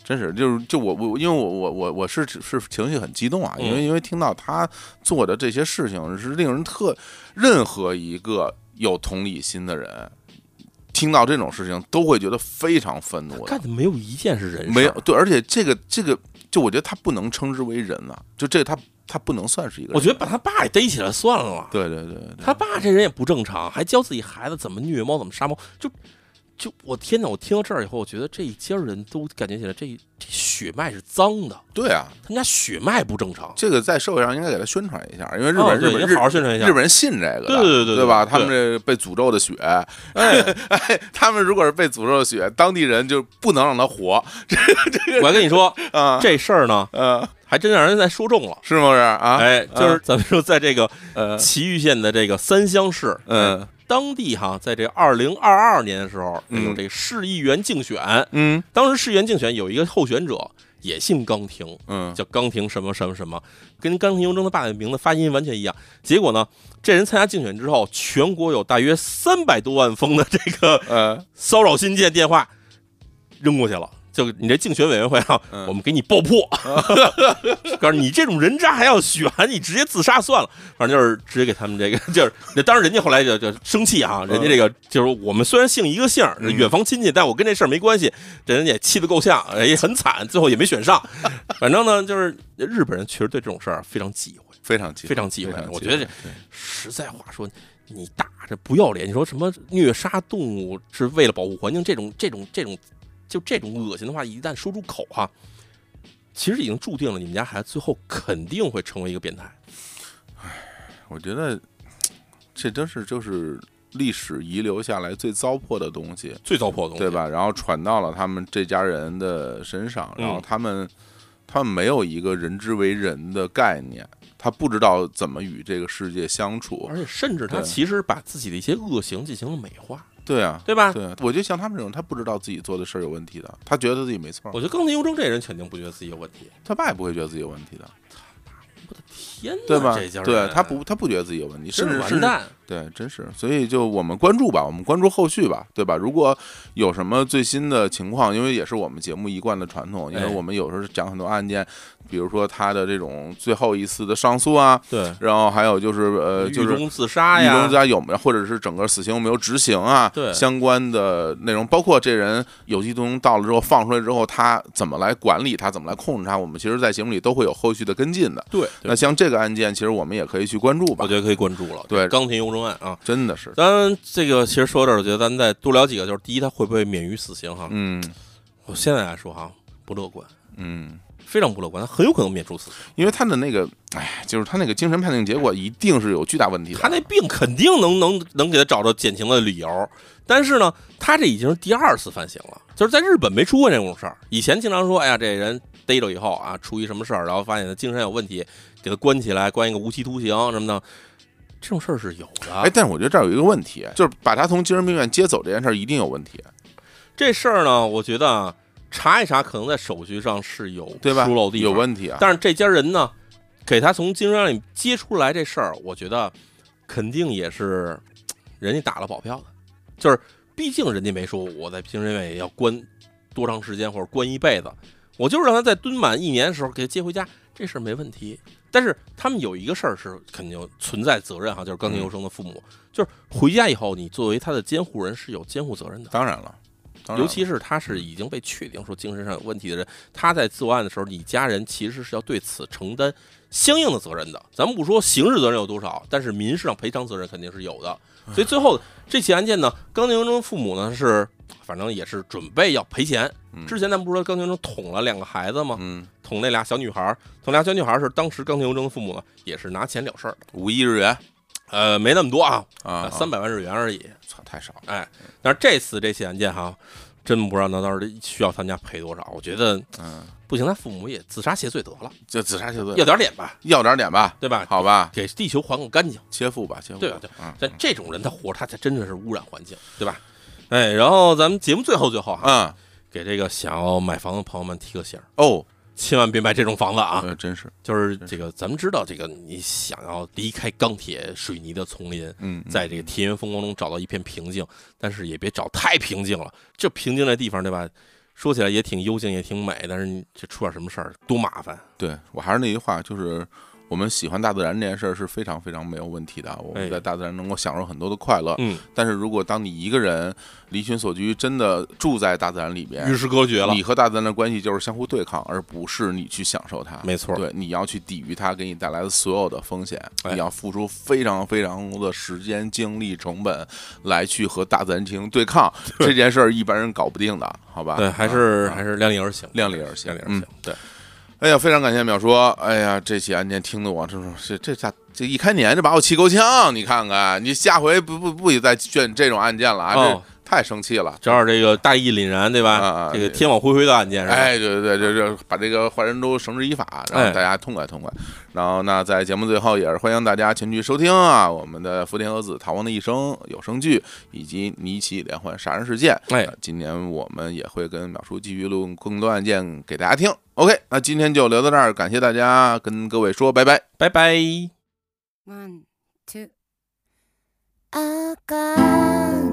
真是就是就我我因为我我我我是是情绪很激动啊，因
嗯
为因为听到他做的这些事情是令人特任何一个有同理心的人。听到这种事情都会觉得非常愤怒的，
干的没有一件是人事儿
没有，对，而且这个这个，就我觉得他不能称之为人啊，就这个他他不能算是一个人。
我觉得把他爸也逮起来算了。
对对对对，
他爸这人也不正常，还教自己孩子怎么虐猫、怎么杀猫，就就我天哪！我听到这儿以后，我觉得这一家人都感觉起来这，这血脉是脏的，
对啊，
他们家血脉不正常。
这个在社会上应该给他宣传一下，因为日
哦
本、
对
日本
你
日
好好宣传一下
日本人信这个的，
对对对对
对吧？
对
他们这被诅咒的血，哎 <laughs> 哎，他们如果是被诅咒的血，当地人就不能让他活
我还跟你说，
啊，
这事儿呢，
呃，
还真让人在说中了。
是不是啊？
哎，就是咱们说，在这 <laughs> 个
呃
岐玉县的这个三乡市，
嗯
哎，当地哈，在这二零二二年的时候，
嗯
有这个市议员竞选，
嗯
当时市议员竞选有一个候选者也姓冈廷，
嗯
叫冈廷什么什么什么，跟冈廷雍正他爸的名字发音完全一样。结果呢，这人参加竞选之后，全国有大约三百多万封的这个
呃，
骚扰信件电话扔过去了。就你这竞选委员会啊，
嗯
我们给你爆
<laughs>
破，告诉你这种人渣还要选，你直接自杀算了。反正就是直接给他们这个， <laughs> 就是那当然人家后来就就生气啊，人家这个就是我们虽然姓一个姓儿，
嗯
远房亲戚，但我跟这事儿没关系，这人也气得够呛，哎也很惨，最后也没选上。反正呢，就是日本人确实对这种事儿啊非常忌讳。
非常忌讳
非常忌讳
非常
我觉得这实在话说，你大这不要脸，你说什么虐杀动物是为了保护环境这种这种这种，就这种恶心的话，一旦说出口哈、其实已经注定了你们家孩子最后肯定会成为一个变态。
我觉得这真是就是历史遗留下来最糟粕的东西，
最糟粕的东西，
对？吧？然后传到了他们这家人的身上，
嗯
然后他们、他们没有一个人之为人的概念，他不知道怎么与这个世界相处
而。且甚至他
对
其实把自己的一些恶行进行了美化，
对啊，
对吧？
对啊，我觉得像他们这种，他不知道自己做的事儿有问题的，他觉得自己没错儿，
我觉得冈田优征这人肯定不觉得自己有问题，
他爸也不会觉得自己有问题的，
天哪，
对吧
这家？人
对他不，他不觉得自己有问题，甚
真是
至
完
甚至
蛋。
对，真是，所以就我们关注吧，我们关注后续吧，对吧？如果有什么最新的情况，因为也是我们节目一贯的传统，因为
哎
我们有时候讲很多案件，比如说他的这种最后一次的上诉啊，
对，
然后还有就是呃，
狱
就是
中自杀
狱
呀，
中家有没有，或者是整个死刑有没有执行啊？
对
相关的内容，包括这人有期徒刑到了之后放出来之后，他怎么来管理他，怎么来控制他，我们其实在节目里都会有后续的跟进的。
对，
那像这个案件，其实我们也可以去关注吧
我觉，得可以关注了。
对
冈田优征案啊，
真的是，
咱这个其实说到这儿，我觉得咱再多聊几个，就是第一，他会不会免于死刑哈？
嗯
我现在来说哈，不乐观，
嗯。
非常不乐观，他很有可能免除死刑，
因为他的那个，哎，就是他那个精神判定结果一定是有巨大问题的。
哎他那病肯定能能能给他找到减刑的理由。但是呢，他这已经是第二次犯刑了，就是在日本没出过这种事儿。以前经常说，哎呀，这人逮着以后啊，出一什么事儿，然后发现他精神有问题，给他关起来，关一个无期徒刑什么的，这种事儿是有的。
哎，但是我觉得这儿有一个问题，就是把他从精神病院接走这件事儿一定有问题，
这事儿呢，我觉得啊查一查，可能在手续上是有
对吧？
疏漏地方
有问题啊。
但是这家人呢，给他从精神病院里接出来这事儿，我觉得肯定也是人家打了保票的，就是毕竟人家没说我在精神病院也要关多长时间或者关一辈子，我就是让他在蹲满一年的时候给他接回家，这事儿没问题。但是他们有一个事儿是肯定存在责任哈，就是钢琴优生的父母，就是回家以后，你作为他的监护人是有监护责任的。
当然了，当然
尤其是他是已经被确定说精神上有问题的人，他在作案的时候，你家人其实是要对此承担相应的责任的。咱们不说刑事责任有多少，但是民事上赔偿责任肯定是有的。
嗯
所以最后这起案件呢，冈田征父母呢是反正也是准备要赔钱。
嗯
之前咱们不是说冈田征捅了两个孩子吗？
嗯，
捅那俩小女孩儿，捅俩小女孩儿是当时冈田征父母呢也是拿钱了事儿的，
五亿日元
呃，没那么多啊，
啊，
三百万日元而已。
操太少了，
但是这次这起案件哈，真不知道那到底需要他们家赔多少。我觉得
嗯，
不行，他父母也自杀谢罪得了，
就自杀就对了，
要点脸吧，
要点脸吧，
对吧？
好嗯吧，
给地球还个干净。
切腹吧，切腹吧，
对啊对
嗯
但这种人他活着，他才真的是污染环境，对吧？哎，然后咱们节目最后最后啊，
嗯，
给这个想要买房的朋友们提个醒儿，
哦，
千万别买这种房子啊！
呃，真是，
就是这个，咱们知道这个，你想要离开钢铁水泥的丛林，
嗯，嗯
在这个田园风光中找到一片平静，但是也别找太平静了。这平静这地方，对吧？说起来也挺幽静，也挺美，但是你这出点什么事儿多麻烦。啊
对我还是那句话，就是我们喜欢大自然这件事儿是非常非常没有问题的，啊我们
哎
在大自然能够享受很多的快乐。
嗯，
但是如果当你一个人离群索居，真的住在大自然里
与
边，
世隔绝了。
你和大自然的关系就是相互对抗，而不是你去享受它。
没错，
对，你要去抵御它给你带来的所有的风险，
哎
你要付出非常非常多的时间、精力、成本来去和大自然进行
<laughs>
对抗，这件事儿一般人搞不定的，好吧？
对，还是
啊
还是量力而行，
量力而行
量力而
嗯
行。对，
哎呀，非常感谢淼叔！哎呀，这起案件听得我这这这下这一开年就把我气够呛，你看看，你下回不不不许再卷这种案件了啊！
哦
这太生气了。
正好这个大义凛然，对
啊
吧
啊？
这个天网恢恢的案件是吧？
哎，对对对，这这把这个坏人都绳之以法，然后
哎
大家痛快痛快。然后那在节目最后也是欢迎大家前去收听啊，我们的福田和子逃亡的一生有声剧以及尼奇连环杀人事件。
哎
呃，今年我们也会跟淼叔继续录更多案件给大家听。OK，那今天就聊到这儿，感谢大家，跟各位说拜拜。
拜拜。
ワン、ツー。赤